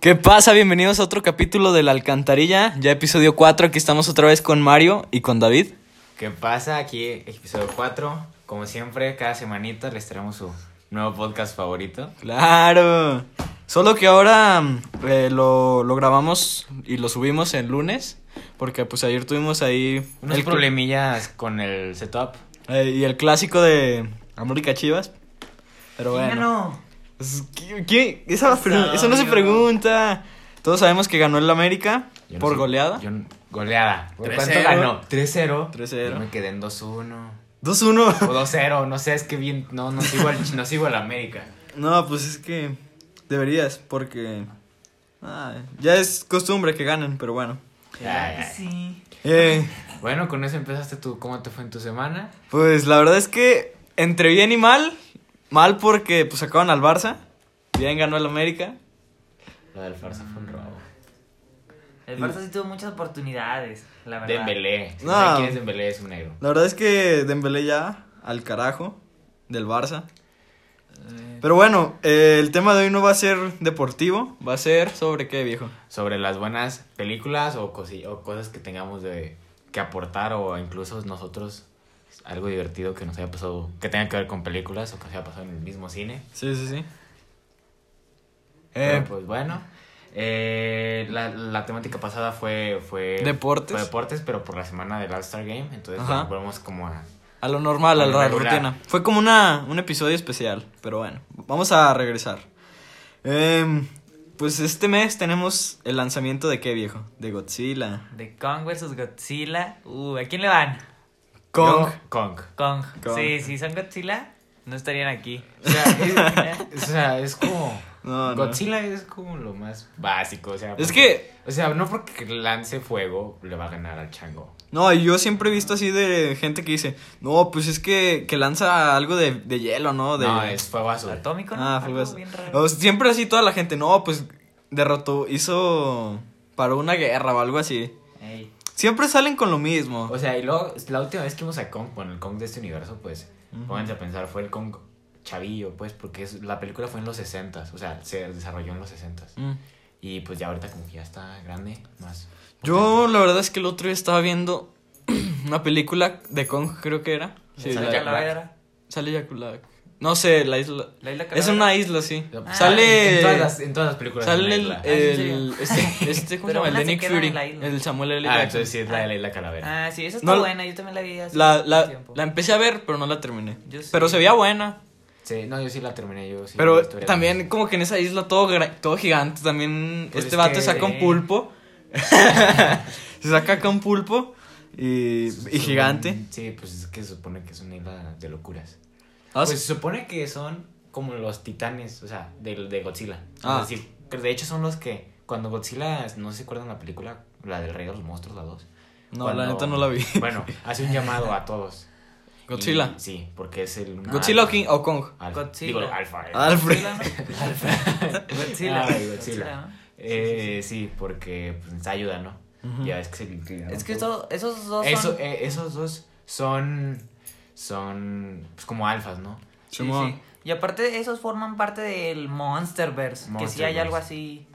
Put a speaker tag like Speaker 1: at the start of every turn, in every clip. Speaker 1: ¿Qué pasa? Bienvenidos a otro capítulo de La Alcantarilla, ya episodio 4, aquí estamos otra vez con Mario y con David.
Speaker 2: ¿Qué pasa? Aquí episodio 4. Como siempre, cada semanita les traemos su nuevo podcast favorito.
Speaker 1: Claro. Solo que ahora mm, eh, lo, lo grabamos y lo subimos el lunes, porque pues ayer tuvimos ahí
Speaker 2: Unos
Speaker 1: el cl-
Speaker 2: problemillas con el setup.
Speaker 1: eh, y el clásico de América Chivas. Pero bueno. Es- ¿qué- qué? Esa pre-
Speaker 2: Pasado,
Speaker 1: eso no se
Speaker 2: amigo.
Speaker 1: Pregunta. Todos sabemos que ganó el América
Speaker 2: Yo no
Speaker 1: por
Speaker 2: sé,
Speaker 1: goleada.
Speaker 2: yo no- goleada. Ah, ¿Por
Speaker 1: 3-0.
Speaker 2: ¿Cuánto ganó? 3-0.
Speaker 1: 3-0.
Speaker 2: Yo me quedé en 2-1.
Speaker 1: 2-1.
Speaker 2: O 2-0, no sé, es que bien. No, no sigo al, no sigo al América.
Speaker 1: No, pues es que deberías, porque ah, ya es costumbre que ganen, pero bueno.
Speaker 2: Ya, ya.
Speaker 3: Sí.
Speaker 1: Eh,
Speaker 2: Bueno, con eso empezaste tú. ¿Cómo te fue en tu semana?
Speaker 1: pues la verdad es que entre bien y mal, mal porque pues sacaron al Barça, bien ganó el América.
Speaker 2: Lo del farsa fue un robo.
Speaker 3: El Barça sí tuvo muchas oportunidades, la verdad.
Speaker 2: Dembélé. Si
Speaker 1: No.
Speaker 2: no. saben quién es Dembélé, es un negro.
Speaker 1: La verdad es que Dembélé ya al carajo del Barça. Pero bueno, eh, el tema de hoy no va a ser deportivo, va a ser sobre qué, viejo.
Speaker 2: sobre las buenas películas o, cosi- o cosas que tengamos de que aportar o incluso nosotros algo divertido que nos haya pasado, que tenga que ver con películas o que nos haya pasado en el mismo cine.
Speaker 1: Sí, sí, sí. Eh,
Speaker 2: Pero, pues bueno, eh, la, la temática pasada fue, fue...
Speaker 1: Deportes.
Speaker 2: fue deportes, pero por la semana del All-Star Game, entonces
Speaker 1: Ajá.
Speaker 2: volvemos como a...
Speaker 1: A lo normal, a
Speaker 2: A lo
Speaker 1: la
Speaker 2: regular.
Speaker 1: rutina. Fue como una, un episodio especial, pero bueno, vamos a regresar. Em, pues este mes tenemos el lanzamiento de qué viejo? De Godzilla.
Speaker 3: De Kong vs Godzilla. Uh, ¿a quién le van?
Speaker 1: Kong.
Speaker 2: Yo- Kong.
Speaker 3: Kong.
Speaker 1: Kong.
Speaker 3: Sí, si son Godzilla, no estarían aquí.
Speaker 2: O sea, es, eh, o sea, es como...
Speaker 1: No, no.
Speaker 2: Godzilla es como lo más básico, o sea...
Speaker 1: Es
Speaker 2: porque-
Speaker 1: que-
Speaker 2: O sea, no porque lance fuego le va a ganar al chango.
Speaker 1: No, y yo siempre he visto así de gente que dice, no, pues es que, que lanza algo de, de hielo, ¿no? De,
Speaker 2: No, es fuego azul.
Speaker 3: Atómico, ¿no?
Speaker 1: Ah,
Speaker 3: Algo
Speaker 1: fue eso.
Speaker 3: bien raro.
Speaker 1: O sea, Siempre así toda la gente, no, pues derrotó, hizo, paró una guerra o algo así.
Speaker 3: Ey.
Speaker 1: Siempre salen con lo mismo.
Speaker 2: O sea, y luego, la última vez que vimos a Kong, bueno, el Kong de este universo, pues, pónganse a pensar, fue el Kong chavillo, pues, porque es- la película fue en los 60 o sea, se desarrolló en los 60
Speaker 1: Mm.
Speaker 2: Y pues ya ahorita como que ya está grande, más.
Speaker 1: Yo la verdad es que el otro día estaba viendo una película de Kong, creo que era. Sí,
Speaker 3: ¿Sale
Speaker 1: la-
Speaker 3: Calavera?
Speaker 1: sale Jack Black. No sé, la isla.
Speaker 3: ¿La isla
Speaker 1: Es
Speaker 3: Calavera?
Speaker 1: una isla, sí.
Speaker 3: Ah,
Speaker 2: pues,
Speaker 1: sale.
Speaker 2: En todas las, en todas las películas.
Speaker 1: Sale
Speaker 2: es
Speaker 1: el.
Speaker 2: una isla.
Speaker 3: eh,
Speaker 1: el-
Speaker 3: Ah, ¿en serio?
Speaker 1: este, este, ¿cómo se
Speaker 3: Pero
Speaker 1: llama? El
Speaker 3: una
Speaker 1: de
Speaker 3: se
Speaker 1: Nick
Speaker 3: queda en
Speaker 1: Fury.
Speaker 3: la isla.
Speaker 1: El Samuel L.
Speaker 2: Ah,
Speaker 1: Jackson.
Speaker 2: entonces sí es la de la isla calavera.
Speaker 3: Ah, sí, esa está
Speaker 1: No, la-
Speaker 3: buena, yo también la vi hace
Speaker 1: La, la-
Speaker 3: mucho tiempo.
Speaker 1: la empecé a ver, pero no la terminé.
Speaker 3: Yo sí.
Speaker 1: Pero se veía buena.
Speaker 2: Sí, no, yo sí la terminé, yo sí. la
Speaker 1: pero
Speaker 2: historia
Speaker 1: también, como que en esa isla todo, gra- todo gigante. También
Speaker 2: Pues
Speaker 1: este
Speaker 2: es
Speaker 1: vato
Speaker 2: que-
Speaker 1: saca un pulpo. se saca acá un pulpo. Y,
Speaker 2: Es
Speaker 1: y
Speaker 2: un-
Speaker 1: gigante.
Speaker 2: Sí, pues es que se supone que es una isla de locuras.
Speaker 1: Ah,
Speaker 2: Pues se supone que son como los titanes, o sea, de, de Godzilla.
Speaker 1: Ah.
Speaker 2: Es decir, que de hecho son los que, cuando Godzilla, no se acuerdan la película, la del rey de los monstruos, la 2.
Speaker 1: No,
Speaker 2: Cuando-
Speaker 1: la neta no la vi.
Speaker 2: Bueno, hace un llamado a todos.
Speaker 1: Godzilla.
Speaker 2: Y- sí, porque es el...
Speaker 1: ¿Godzilla o,
Speaker 2: Alpha.
Speaker 1: King, o Kong?
Speaker 2: Alpha.
Speaker 3: Godzilla.
Speaker 2: Digo, Alpha. eh.
Speaker 1: Alfred.
Speaker 3: Godzilla, ¿no?
Speaker 1: Ah,
Speaker 3: Godzilla.
Speaker 2: Ay, Godzilla.
Speaker 3: ¿no?
Speaker 2: Eh, sí, porque pues, necesita ayuda, ¿no?
Speaker 1: Ujú.
Speaker 2: Ya es que se...
Speaker 3: Es que todo- esos dos son...
Speaker 2: Eso- eh, esos dos son... Son... Pues como alfas, ¿no?
Speaker 3: Sí,
Speaker 1: Simón.
Speaker 3: sí. Y aparte, esos forman parte del Monsterverse. Que sí hay
Speaker 2: Monsterverse.
Speaker 3: algo así.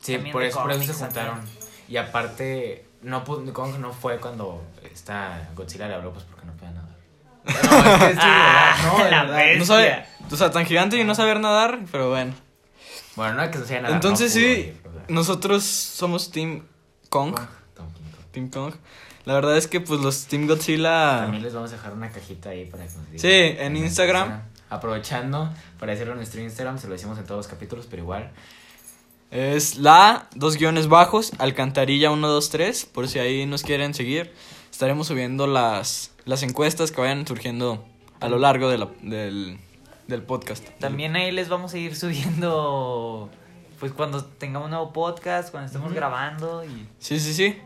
Speaker 2: Sí,
Speaker 3: También
Speaker 2: por
Speaker 3: de
Speaker 2: eso, por eso se
Speaker 3: cómics
Speaker 2: juntaron.
Speaker 3: también.
Speaker 2: Y aparte, no, pu- Kong no fue cuando esta Godzilla le habló, pues porque no podía nadar. No, es que es de
Speaker 3: Ah,
Speaker 2: verdad, no, de
Speaker 3: la
Speaker 2: verdad.
Speaker 3: bestia.
Speaker 1: No sabe, o sea, tan gigante y no saber nadar, pero bueno.
Speaker 2: Bueno, no que no sea nadar.
Speaker 1: Entonces
Speaker 2: no pudo
Speaker 1: sí,
Speaker 2: ir, o sea.
Speaker 1: nosotros somos Team Kong.
Speaker 2: Tom King Kong.
Speaker 1: Team Kong. La verdad es que pues los Team Godzilla...
Speaker 2: También les vamos a dejar una cajita ahí para que nos digan.
Speaker 1: Sí, en Instagram.
Speaker 2: Aprovechando para decirlo en nuestro Instagram, se lo decimos en todos los capítulos, pero igual.
Speaker 1: Es la, dos guiones bajos, alcantarilla 123, por si ahí nos quieren seguir. Estaremos subiendo las, las encuestas que vayan surgiendo a lo largo de la- del, del podcast.
Speaker 3: También ahí les vamos a ir subiendo. Pues cuando tengamos un nuevo podcast, cuando estemos grabando y.
Speaker 1: Sí, sí, sí.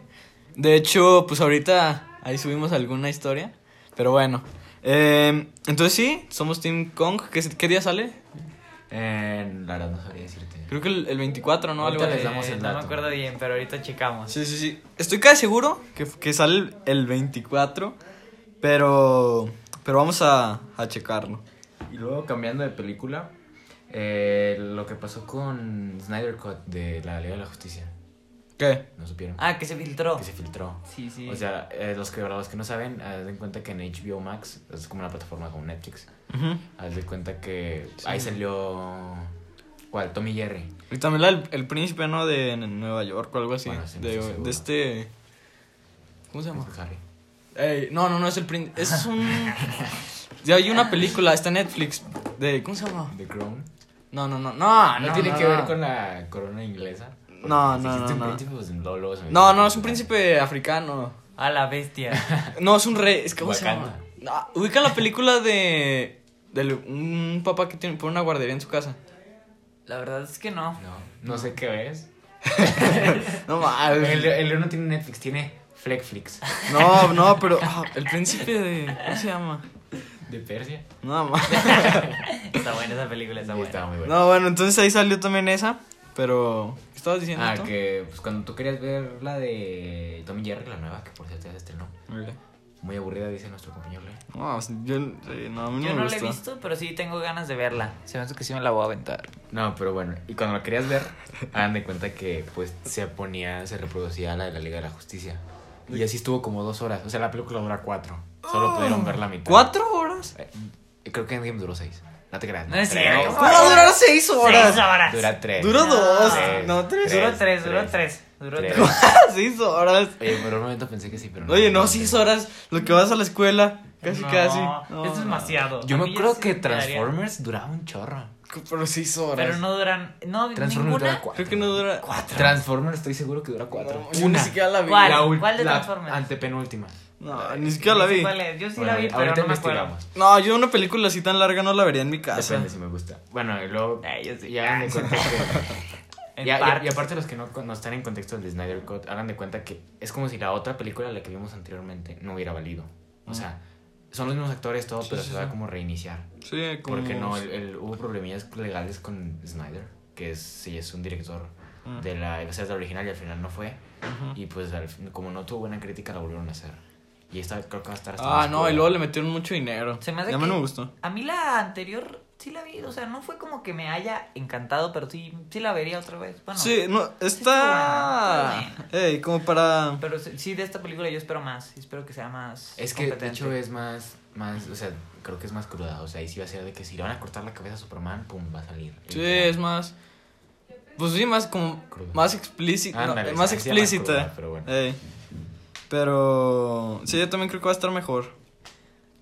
Speaker 1: De hecho, pues ahorita ahí subimos alguna historia. Pero bueno. Eh, entonces sí, somos Team Kong. ¿Qué, qué día sale?
Speaker 2: Eh, la verdad, no sabría decirte.
Speaker 1: Creo que el, el 24, ¿no?
Speaker 2: Ahorita
Speaker 1: Algo
Speaker 2: les
Speaker 1: así.
Speaker 2: damos el
Speaker 3: no me
Speaker 2: dato.
Speaker 3: acuerdo bien, pero ahorita checamos.
Speaker 1: Sí, sí, sí. Estoy casi seguro que, que sale el- el 24. Pero, pero vamos a, a checarlo.
Speaker 2: Y luego cambiando de película, Eh, lo que pasó con Snyder Cut de la Liga de la Justicia.
Speaker 1: ¿Qué?
Speaker 2: No supieron.
Speaker 3: Ah, que se filtró.
Speaker 2: Que se filtró.
Speaker 3: Sí, sí.
Speaker 2: O sea, eh, los, que, para los que no saben, haz de cuenta que en HBO Max, es como una plataforma como Netflix,
Speaker 1: Ujú.
Speaker 2: haz de cuenta que
Speaker 1: Sí.
Speaker 2: ahí salió... ¿Cuál? Tommy Jerry.
Speaker 1: Y también la del- el príncipe, ¿no? De N- Nueva York o algo así.
Speaker 2: Bueno, sí, no
Speaker 1: de,
Speaker 2: estoy seguro.
Speaker 1: de este. ¿Cómo se llama?
Speaker 2: este Harry.
Speaker 1: Ey, no, no, no es el príncipe. Es un. Ya hay una película, está en Netflix. De, ¿Cómo se llama?
Speaker 2: The Crown.
Speaker 1: No, no, no. No,
Speaker 2: Ah, No,
Speaker 1: no,
Speaker 2: tiene
Speaker 1: no,
Speaker 2: que
Speaker 1: no.
Speaker 2: ver con la corona inglesa. Porque
Speaker 1: No,
Speaker 2: si
Speaker 1: no,
Speaker 2: existe
Speaker 1: no,
Speaker 2: un
Speaker 1: no.
Speaker 2: príncipe, pues, luego, luego se me-
Speaker 1: No, no, es un príncipe africano.
Speaker 3: A la bestia.
Speaker 1: No, es un rey. Es que, ¿Cómo se
Speaker 2: Wakanda.
Speaker 1: llama? Ah, ubican la película de. De un papá que tiene, pone una guardería en su casa.
Speaker 3: La verdad es que no.
Speaker 2: No, no sé qué es.
Speaker 1: No
Speaker 2: El,
Speaker 1: mames.
Speaker 2: el Leo no tiene Netflix, tiene Fleckflix.
Speaker 1: No, no, pero. ah, el príncipe de. ¿Cómo se llama?
Speaker 2: De Persia.
Speaker 1: No mames.
Speaker 3: Está buena esa película, está
Speaker 2: Sí,
Speaker 3: buena.
Speaker 2: estaba muy bueno.
Speaker 1: No, bueno, entonces ahí salió también esa. Pero. ¿Qué estabas diciendo
Speaker 2: Ah,
Speaker 1: tú?
Speaker 2: que pues, cuando tú querías ver la de Tommy Jerry, la nueva, que por cierto ya se estrenó.
Speaker 1: Ok.
Speaker 2: Muy aburrida, dice nuestro compañero Leo.
Speaker 1: No, pues, yo. sí, no, a mí no
Speaker 3: Yo
Speaker 1: me
Speaker 3: no la he
Speaker 1: gustó.
Speaker 3: visto, pero sí tengo ganas de verla. Se me hace que sí me la voy a aventar.
Speaker 2: No, pero bueno, y cuando la querías ver, hagan de cuenta que pues se ponía, se reproducía la de la Liga de la Justicia. Y así estuvo como dos horas. O sea, la película dura cuatro.
Speaker 3: Oh.
Speaker 2: Solo pudieron ver la mitad.
Speaker 1: ¿Cuatro horas?
Speaker 2: Eh, creo que Endgame duró seis. No te creas.
Speaker 3: No es
Speaker 2: tres.
Speaker 3: cierto.
Speaker 1: ¿Cómo va a durar seis horas?
Speaker 3: Seis horas.
Speaker 2: Dura tres.
Speaker 1: Duró dos. No, tres.
Speaker 3: Duró tres, duró tres. Duró
Speaker 2: Tres.
Speaker 3: tres.
Speaker 1: seis horas.
Speaker 2: Oye, por un momento pensé que sí, pero no.
Speaker 1: Oye, no, seis horas. Lo que vas a la escuela. Casi,
Speaker 3: No,
Speaker 1: casi.
Speaker 3: eso es demasiado.
Speaker 2: Yo
Speaker 3: A
Speaker 2: me
Speaker 3: mí ya
Speaker 2: acuerdo
Speaker 3: sí
Speaker 2: que
Speaker 3: me quedaría.
Speaker 2: Transformers duraba un chorro.
Speaker 1: Pero seis horas.
Speaker 3: Pero no duran. No,
Speaker 2: Transformers
Speaker 3: ninguna.
Speaker 2: dura cuatro.
Speaker 1: Creo que no dura.
Speaker 2: Cuatro. Transformers estoy seguro que dura cuatro.
Speaker 1: No, yo ni siquiera la vi.
Speaker 3: ¿Cuál?
Speaker 2: La ul-
Speaker 3: ¿Cuál de
Speaker 2: la
Speaker 3: Transformers?
Speaker 2: Antepenúltima.
Speaker 1: No, ni siquiera la
Speaker 3: Sí,
Speaker 1: vi.
Speaker 3: ¿cuál es? Yo sí
Speaker 2: Bueno,
Speaker 3: la vi, pero
Speaker 2: ahorita
Speaker 3: no me acuerdo.
Speaker 2: investigamos.
Speaker 1: No, yo una película así tan larga no la vería en mi casa.
Speaker 2: Depende si me gusta. Bueno, y luego.
Speaker 3: Ay, yo sí.
Speaker 2: Ya hagan de cuenta que.
Speaker 3: En
Speaker 2: Ya- ya-
Speaker 3: partes.
Speaker 2: y aparte los que no, no están en contexto del Snyder Cut, hagan de cuenta que es como si la otra película, la que vimos anteriormente, no hubiera valido. O sea, son los mismos actores, todo,
Speaker 1: Mm. Sí,
Speaker 2: pero
Speaker 1: sí,
Speaker 2: se va
Speaker 1: sí.
Speaker 2: como reiniciar.
Speaker 1: Sí, como.
Speaker 2: Porque no, el- el- hubo problemillas legales con Snyder, que es, sí es un director
Speaker 1: Ah.
Speaker 2: de la iba a ser la original y al final no fue.
Speaker 1: Ujú.
Speaker 2: Y pues al fin- como no tuvo buena crítica, la volvieron a hacer. Y esta creo que va a estar hasta
Speaker 1: Ah,
Speaker 2: más
Speaker 1: no,
Speaker 2: cruda.
Speaker 1: y luego le metieron mucho dinero.
Speaker 3: Se me hace
Speaker 1: ya me
Speaker 3: que-
Speaker 1: no me gustó.
Speaker 3: A mí la anterior sí la vi, o sea, no fue como que me haya encantado, pero sí, sí la vería otra vez. Bueno,
Speaker 1: Sí, no,
Speaker 3: está
Speaker 1: está.
Speaker 3: buena, está
Speaker 1: Ey, como para.
Speaker 3: Pero sí, sí, de esta película yo espero más, espero que sea más
Speaker 2: Es que de
Speaker 3: competente.
Speaker 2: hecho es más, más, o sea, creo que es más cruda. O sea, ahí sí va a ser de que si le van a cortar la cabeza a Superman, pum, va a salir.
Speaker 1: Sí, es más. Pues sí, más como.
Speaker 2: Cruda.
Speaker 1: Más explícita.
Speaker 2: Ándale,
Speaker 1: más
Speaker 2: sí, sí, más
Speaker 1: explícita.
Speaker 2: cruda, pero bueno.
Speaker 1: Ey. Pero. Sí, yo también creo que va a estar mejor.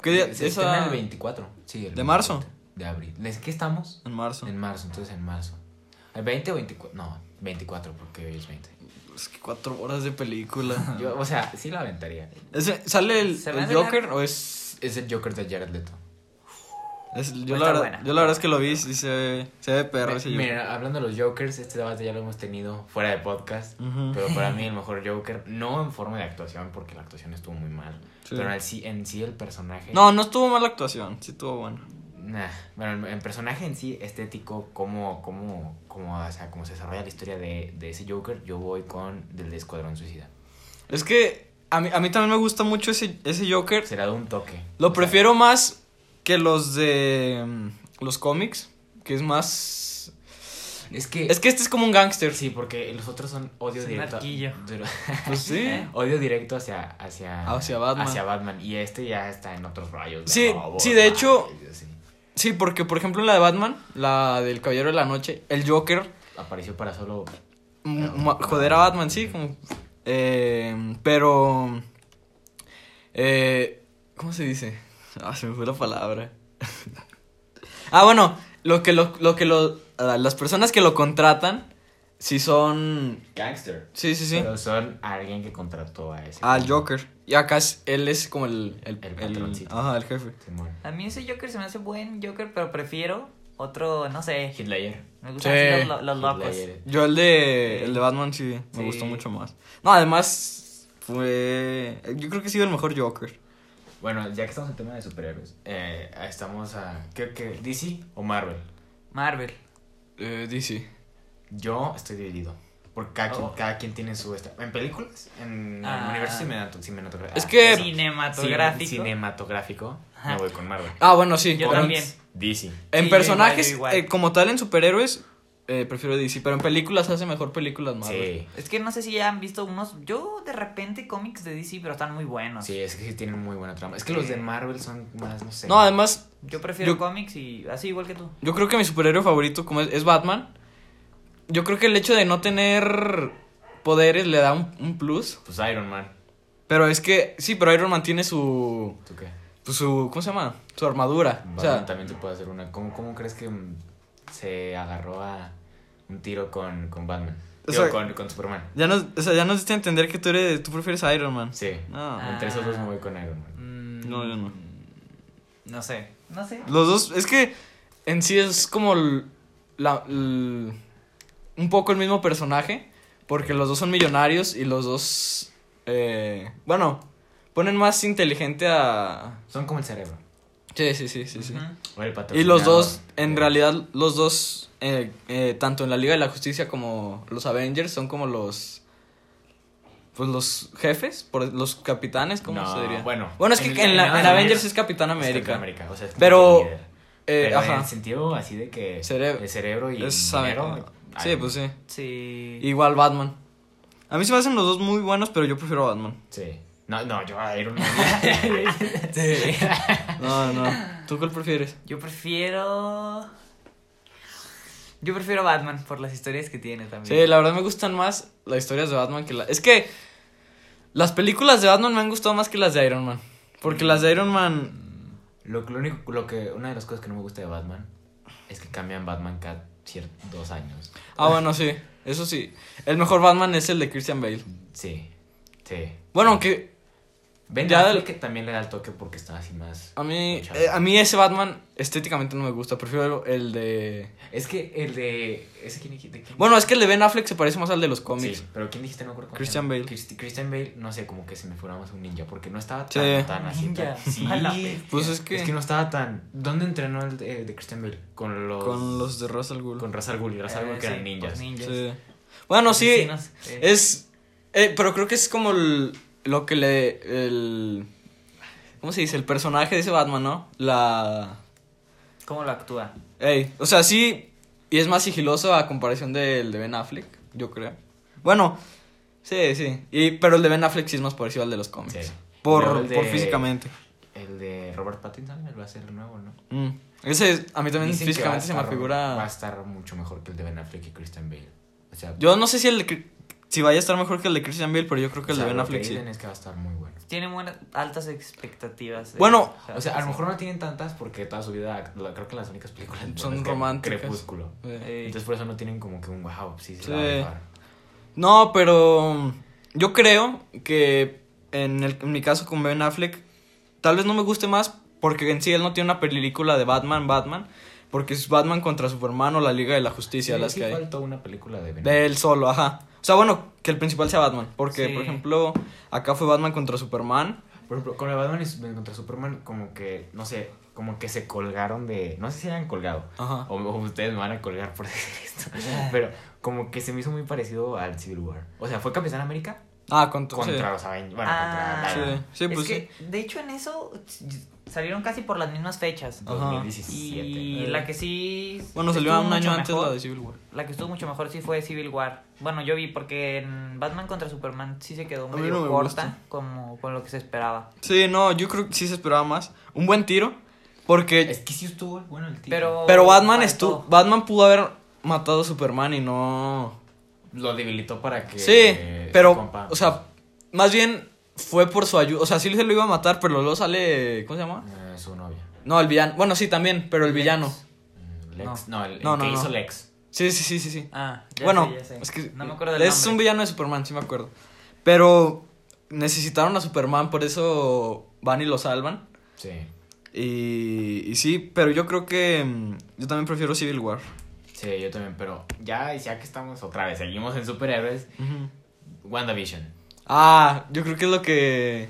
Speaker 1: ¿Qué día? Esa-
Speaker 2: Se estrena el 24. Sí, el
Speaker 1: ¿De marzo?
Speaker 2: 24 De abril. ¿Es que estamos?
Speaker 1: En marzo.
Speaker 2: En marzo, entonces en marzo. ¿El 20 o 24? No, 24, porque hoy es 20.
Speaker 1: Es que cuatro horas de película.
Speaker 2: Yo, o sea, sí la aventaría.
Speaker 1: Ese- ¿Sale el,
Speaker 3: Se me
Speaker 1: el
Speaker 3: hace
Speaker 1: Joker o es.?
Speaker 2: Es el Joker de Jared Leto.
Speaker 1: es- yo,
Speaker 3: Está
Speaker 1: la verdad,
Speaker 3: buena.
Speaker 1: yo la verdad es que lo vi y se ve, se ve perro ese Joker.
Speaker 2: Mira, hablando de los Jokers, este debate ya lo hemos tenido fuera de podcast.
Speaker 1: Ujú.
Speaker 2: Pero para mí el mejor Joker, no en forma de actuación, porque la actuación estuvo muy mal.
Speaker 1: Sí.
Speaker 2: Pero en sí, en sí el personaje...
Speaker 1: No, no estuvo mala actuación. Sí, estuvo bueno.
Speaker 2: Nah, bueno, el personaje en sí, estético, cómo, cómo, cómo, o sea, cómo se desarrolla la historia de, de ese Joker, yo voy con del de Escuadrón Suicida.
Speaker 1: Es que a mí, a mí también me gusta mucho ese, ese Joker.
Speaker 2: Se le da un toque.
Speaker 1: Lo
Speaker 2: O sea,
Speaker 1: prefiero más que los de mm, los cómics, que es más...
Speaker 2: Es que...
Speaker 1: Es que este es como un gángster.
Speaker 2: Sí, porque los otros son odio
Speaker 3: Es un
Speaker 2: directo.
Speaker 3: arquillo.
Speaker 2: Duro-
Speaker 1: Pues sí.
Speaker 2: odio directo hacia, hacia,
Speaker 1: Hacia Batman.
Speaker 2: hacia Batman. Y este ya está en otros rayos.
Speaker 1: Sí,
Speaker 2: robo,
Speaker 1: sí, de hecho-
Speaker 2: rayos, sí.
Speaker 1: Sí, porque por ejemplo en la de Batman, la del Caballero de la Noche, el Joker,
Speaker 2: Apareció para solo.
Speaker 1: m-
Speaker 2: Claro.
Speaker 1: ma- joder a Batman, sí, como... eh, pero... eh, ¿Cómo se dice? Ah, se me fue la palabra. ah, bueno, lo que lo, lo que lo... ah, Las personas que lo contratan, si son...
Speaker 2: Gangster.
Speaker 1: Sí, sí, sí.
Speaker 2: Pero son alguien que contrató a ese.
Speaker 1: Al Ah, Joker. Y acá es- él es como el... El,
Speaker 2: El patroncito.
Speaker 1: Ajá, el jefe.
Speaker 2: Simón.
Speaker 3: A mí ese Joker se me hace buen Joker, pero prefiero otro, no sé,
Speaker 2: Hitler.
Speaker 3: me gustan
Speaker 1: Sí.
Speaker 3: así los, los locos.
Speaker 2: Hitler.
Speaker 1: Yo el de... El de Batman sí, me
Speaker 3: Sí.
Speaker 1: gustó mucho más. No, además fue... Yo creo que ha sido el mejor Joker.
Speaker 2: Bueno, ya que estamos en tema de superhéroes, eh, estamos a. ¿Qué, qué? ¿DC o Marvel?
Speaker 3: Marvel.
Speaker 1: Eh, DC.
Speaker 2: Yo estoy dividido. Porque cada, quien,
Speaker 3: Oh.
Speaker 2: cada quien tiene su... esta- ¿En películas? En
Speaker 3: Ah.
Speaker 2: el universo cinematogra- cinematográfico.
Speaker 1: Es que-
Speaker 3: Cinematográfico.
Speaker 2: Cinematográfico. Me voy con Marvel.
Speaker 1: Ah, bueno, sí.
Speaker 3: Yo
Speaker 1: con-
Speaker 3: también.
Speaker 2: DC.
Speaker 1: En
Speaker 3: Sí, yo
Speaker 1: personajes,
Speaker 3: igual, yo igual.
Speaker 1: eh, como tal, en superhéroes, eh, prefiero DC, pero en películas hace mejor películas Marvel.
Speaker 2: Sí.
Speaker 3: Es que no sé si ya han visto unos. Yo de repente cómics de DC, pero están muy buenos.
Speaker 2: Sí, es que sí tienen muy buena trama. Es que los de Marvel son más, no sé.
Speaker 1: No, además,
Speaker 3: Yo prefiero
Speaker 1: Yo-
Speaker 3: cómics y así igual que tú.
Speaker 1: yo creo que mi superhéroe favorito como es, es Batman. Yo creo que el hecho de no tener poderes le da un, un plus.
Speaker 2: Pues Iron Man.
Speaker 1: Pero es que, sí, pero Iron Man tiene su,
Speaker 2: ¿Tú qué?
Speaker 1: pues, su ¿cómo se llama? Su armadura.
Speaker 2: Batman
Speaker 1: O sea,
Speaker 2: también te puede hacer una. ¿Cómo, cómo crees que mm, se agarró a un tiro con, con Batman?
Speaker 1: O
Speaker 2: Digo,
Speaker 1: sea-
Speaker 2: con, con Superman.
Speaker 1: ya nos, o sea, ya nos diste a entender que tú, eres, tú prefieres a Iron Man.
Speaker 2: Sí.
Speaker 1: No.
Speaker 3: Ah.
Speaker 2: Entre esos dos me voy con Iron Man.
Speaker 1: No, yo no.
Speaker 3: No sé. No sé.
Speaker 1: Los dos, es que en sí es como l- la- l- un poco el mismo personaje, porque los dos son millonarios y los dos, eh, bueno, ponen más inteligente a...
Speaker 2: Son como el cerebro.
Speaker 1: Sí, sí, sí, sí, sí.
Speaker 3: Ujú.
Speaker 2: O el patrocinador.
Speaker 1: Y los dos, en
Speaker 2: Eh,
Speaker 1: realidad, los dos, eh, eh, tanto en la Liga de la Justicia como los Avengers, son como los... Pues los jefes, por, los capitanes, ¿cómo
Speaker 2: No,
Speaker 1: se diría?
Speaker 2: bueno,
Speaker 1: bueno es que
Speaker 2: en-
Speaker 1: en,
Speaker 2: en
Speaker 1: la, en
Speaker 2: la- en
Speaker 1: Avengers
Speaker 2: la-
Speaker 1: es Capitán
Speaker 2: es
Speaker 1: América.
Speaker 2: Capitán América. O sea, es como
Speaker 1: Pero,
Speaker 2: el líder.
Speaker 1: Eh,
Speaker 2: Pero
Speaker 1: ajá.
Speaker 2: en el sentido así de que.
Speaker 1: Cere-
Speaker 2: el cerebro y.
Speaker 1: Es
Speaker 2: el
Speaker 1: América.
Speaker 2: dinero,
Speaker 1: Sí,
Speaker 2: Iron
Speaker 1: pues sí.
Speaker 3: Sí.
Speaker 1: Igual Batman. A mí se me hacen los dos muy buenos, pero yo prefiero Batman.
Speaker 2: Man. Sí. No, no, yo a Iron Man.
Speaker 1: No, no. ¿Tú cuál prefieres?
Speaker 3: Yo prefiero. Yo prefiero Batman por las historias que tiene también.
Speaker 1: Sí, la verdad me gustan más las historias de Batman que la... Es que las películas de Batman me han gustado más que las de Iron Man. Porque las de Iron Man...
Speaker 2: Lo, que- lo único, lo que, una de las cosas que no me gusta de Batman es que cambian Batman cada ciertos dos años.
Speaker 1: Ah, bueno, sí. Eso sí. El mejor Batman es el de Christian Bale.
Speaker 2: Sí, sí.
Speaker 1: Bueno, aunque
Speaker 2: Ben
Speaker 1: Ya
Speaker 2: Affleck
Speaker 1: del-
Speaker 2: que también le da el toque porque está así más...
Speaker 1: a mí...
Speaker 2: Chale.
Speaker 1: eh, a mí ese Batman estéticamente no me gusta. Prefiero el de...
Speaker 2: Es que el de... ¿Ese quién, dijiste? ¿De quién?
Speaker 1: Bueno, es que el de Ben Affleck se parece más al de los
Speaker 2: sí,
Speaker 1: cómics.
Speaker 2: pero ¿quién dijiste? No me acuerdo. cómo se
Speaker 1: Christian
Speaker 2: llama.
Speaker 1: Bale.
Speaker 2: Christi- Christian Bale, no sé, como que se me fuera más un ninja porque no estaba
Speaker 1: Sí.
Speaker 2: tan, tan así.
Speaker 3: Ninja.
Speaker 2: tan- Sí,
Speaker 3: A la bestia.
Speaker 1: Pues es que...
Speaker 2: Es que no estaba tan... ¿Dónde entrenó el de, de Christian Bale? Con los...
Speaker 1: Con los de Russell Gould.
Speaker 2: Con Ra's al Ghul, y Ra's al Ghul
Speaker 3: Eh,
Speaker 2: que eran
Speaker 3: sí,
Speaker 2: ninjas.
Speaker 3: los ninjas.
Speaker 1: Sí. Este, Bueno, sí.
Speaker 3: Asesinos, sí.
Speaker 1: Es. eh, pero creo que es como el- lo que le. El, ¿Cómo se dice? El personaje de ese Batman, ¿no? La.
Speaker 3: ¿Cómo lo actúa?
Speaker 1: Ey, o sea, sí. Y es más sigiloso a comparación del de Ben Affleck, yo creo. Bueno, sí, sí. Y, pero el de Ben Affleck sí es más parecido al de los cómics.
Speaker 2: Sí. Luego
Speaker 1: Por,
Speaker 2: el de-
Speaker 1: por físicamente.
Speaker 2: El de Robert Pattinson él va a ser el nuevo, ¿no?
Speaker 1: Mm. Ese, a mí también
Speaker 2: Dicen que va a
Speaker 1: físicamente se me
Speaker 2: estar- Va a
Speaker 1: figura.
Speaker 2: estar mucho mejor que el de Ben Affleck y Christian Bale. O sea,
Speaker 1: Yo no sé si el de Cri- si vaya a estar mejor que el de Christian Bale, pero yo creo que
Speaker 2: o
Speaker 1: el
Speaker 2: sea,
Speaker 1: de Ben
Speaker 2: lo que
Speaker 1: Affleck sí.
Speaker 2: dicen es que va a estar muy bueno.
Speaker 3: Tiene buenas, altas expectativas. Eh, de-
Speaker 1: Bueno,
Speaker 2: O sea, a lo mejor no tienen tantas porque toda su vida, la- creo que las únicas películas
Speaker 1: Son
Speaker 2: buenas que-
Speaker 1: románticas.
Speaker 2: Crepúsculo.
Speaker 1: Eh.
Speaker 3: eh,
Speaker 2: Entonces por eso no tienen como que un wow, sí, se
Speaker 1: Sí.
Speaker 2: la va a rifar".
Speaker 1: No, pero mm, yo creo que en, el- en mi caso con Ben Affleck, tal vez no me guste más porque en sí él no tiene una película de Batman, Batman, porque es Batman contra Superman o la Liga de la Justicia,
Speaker 2: Sí,
Speaker 1: las
Speaker 2: sí
Speaker 1: que hay.
Speaker 2: faltó una película de Ben
Speaker 1: De él solo, ajá. O sea, bueno, que el principal sea Batman, porque
Speaker 3: Sí.
Speaker 1: por ejemplo, acá fue Batman contra Superman.
Speaker 2: Por ejemplo, con el Batman y- contra Superman, como que, no sé, como que se colgaron de. No sé si hayan colgado.
Speaker 1: Ajá.
Speaker 2: O, o ustedes me van a colgar por decir esto. Pero como que se me hizo muy parecido al Civil War. O sea, fue Capitán América
Speaker 1: Ah, contra, sí.
Speaker 2: contra los Avengers. Bueno,
Speaker 3: Ah.
Speaker 2: contra Iron Man.
Speaker 1: Sí,
Speaker 3: es
Speaker 1: pues
Speaker 3: que, De hecho, en eso s- salieron casi por las mismas fechas.
Speaker 1: Ajá.
Speaker 2: 2017.
Speaker 3: Y
Speaker 1: Eh.
Speaker 3: la que sí.
Speaker 1: Bueno,
Speaker 3: estuvo
Speaker 1: salió un
Speaker 3: mucho
Speaker 1: año antes
Speaker 3: mejor,
Speaker 1: la de Civil War.
Speaker 3: la que estuvo mucho mejor sí fue Civil War. Bueno, yo vi porque en Batman contra Superman sí se quedó
Speaker 1: mí
Speaker 3: medio
Speaker 1: no me
Speaker 3: corta
Speaker 1: gusta.
Speaker 3: como con lo que se esperaba.
Speaker 1: Sí, no, yo creo que sí se esperaba más. Un buen tiro, porque
Speaker 2: Es que sí estuvo bueno el tío.
Speaker 3: Pero,
Speaker 1: Pero Batman
Speaker 3: faltó.
Speaker 1: estuvo. Batman pudo haber matado a Superman y no.
Speaker 2: Lo debilitó para que.
Speaker 1: Sí,
Speaker 2: eh,
Speaker 1: pero.
Speaker 2: su compa-
Speaker 1: O sea, más bien fue por su ayuda. O sea, sí se lo iba a matar, pero luego sale. ¿Cómo se llama?
Speaker 2: eh, su novia.
Speaker 1: No, el villano. Bueno, sí, también, pero el
Speaker 3: Lex.
Speaker 1: villano.
Speaker 2: Mm, Lex. No, el, el
Speaker 1: No, no,
Speaker 2: que
Speaker 1: no.
Speaker 2: hizo Lex.
Speaker 1: Sí, sí, sí, sí. sí.
Speaker 3: Ah, ya
Speaker 1: bueno,
Speaker 3: sé, ya sé.
Speaker 1: es que.
Speaker 3: no me acuerdo del
Speaker 1: Es un
Speaker 3: nombre.
Speaker 1: villano de Superman, sí me acuerdo. Pero necesitaron a Superman, por eso van y lo salvan.
Speaker 2: Sí.
Speaker 1: Y, y sí, pero yo creo que. mm, Yo también prefiero Civil War.
Speaker 2: Sí, yo también. Pero ya, ya que estamos otra vez, seguimos en superhéroes. WandaVision.
Speaker 1: Ah, yo creo que es lo que.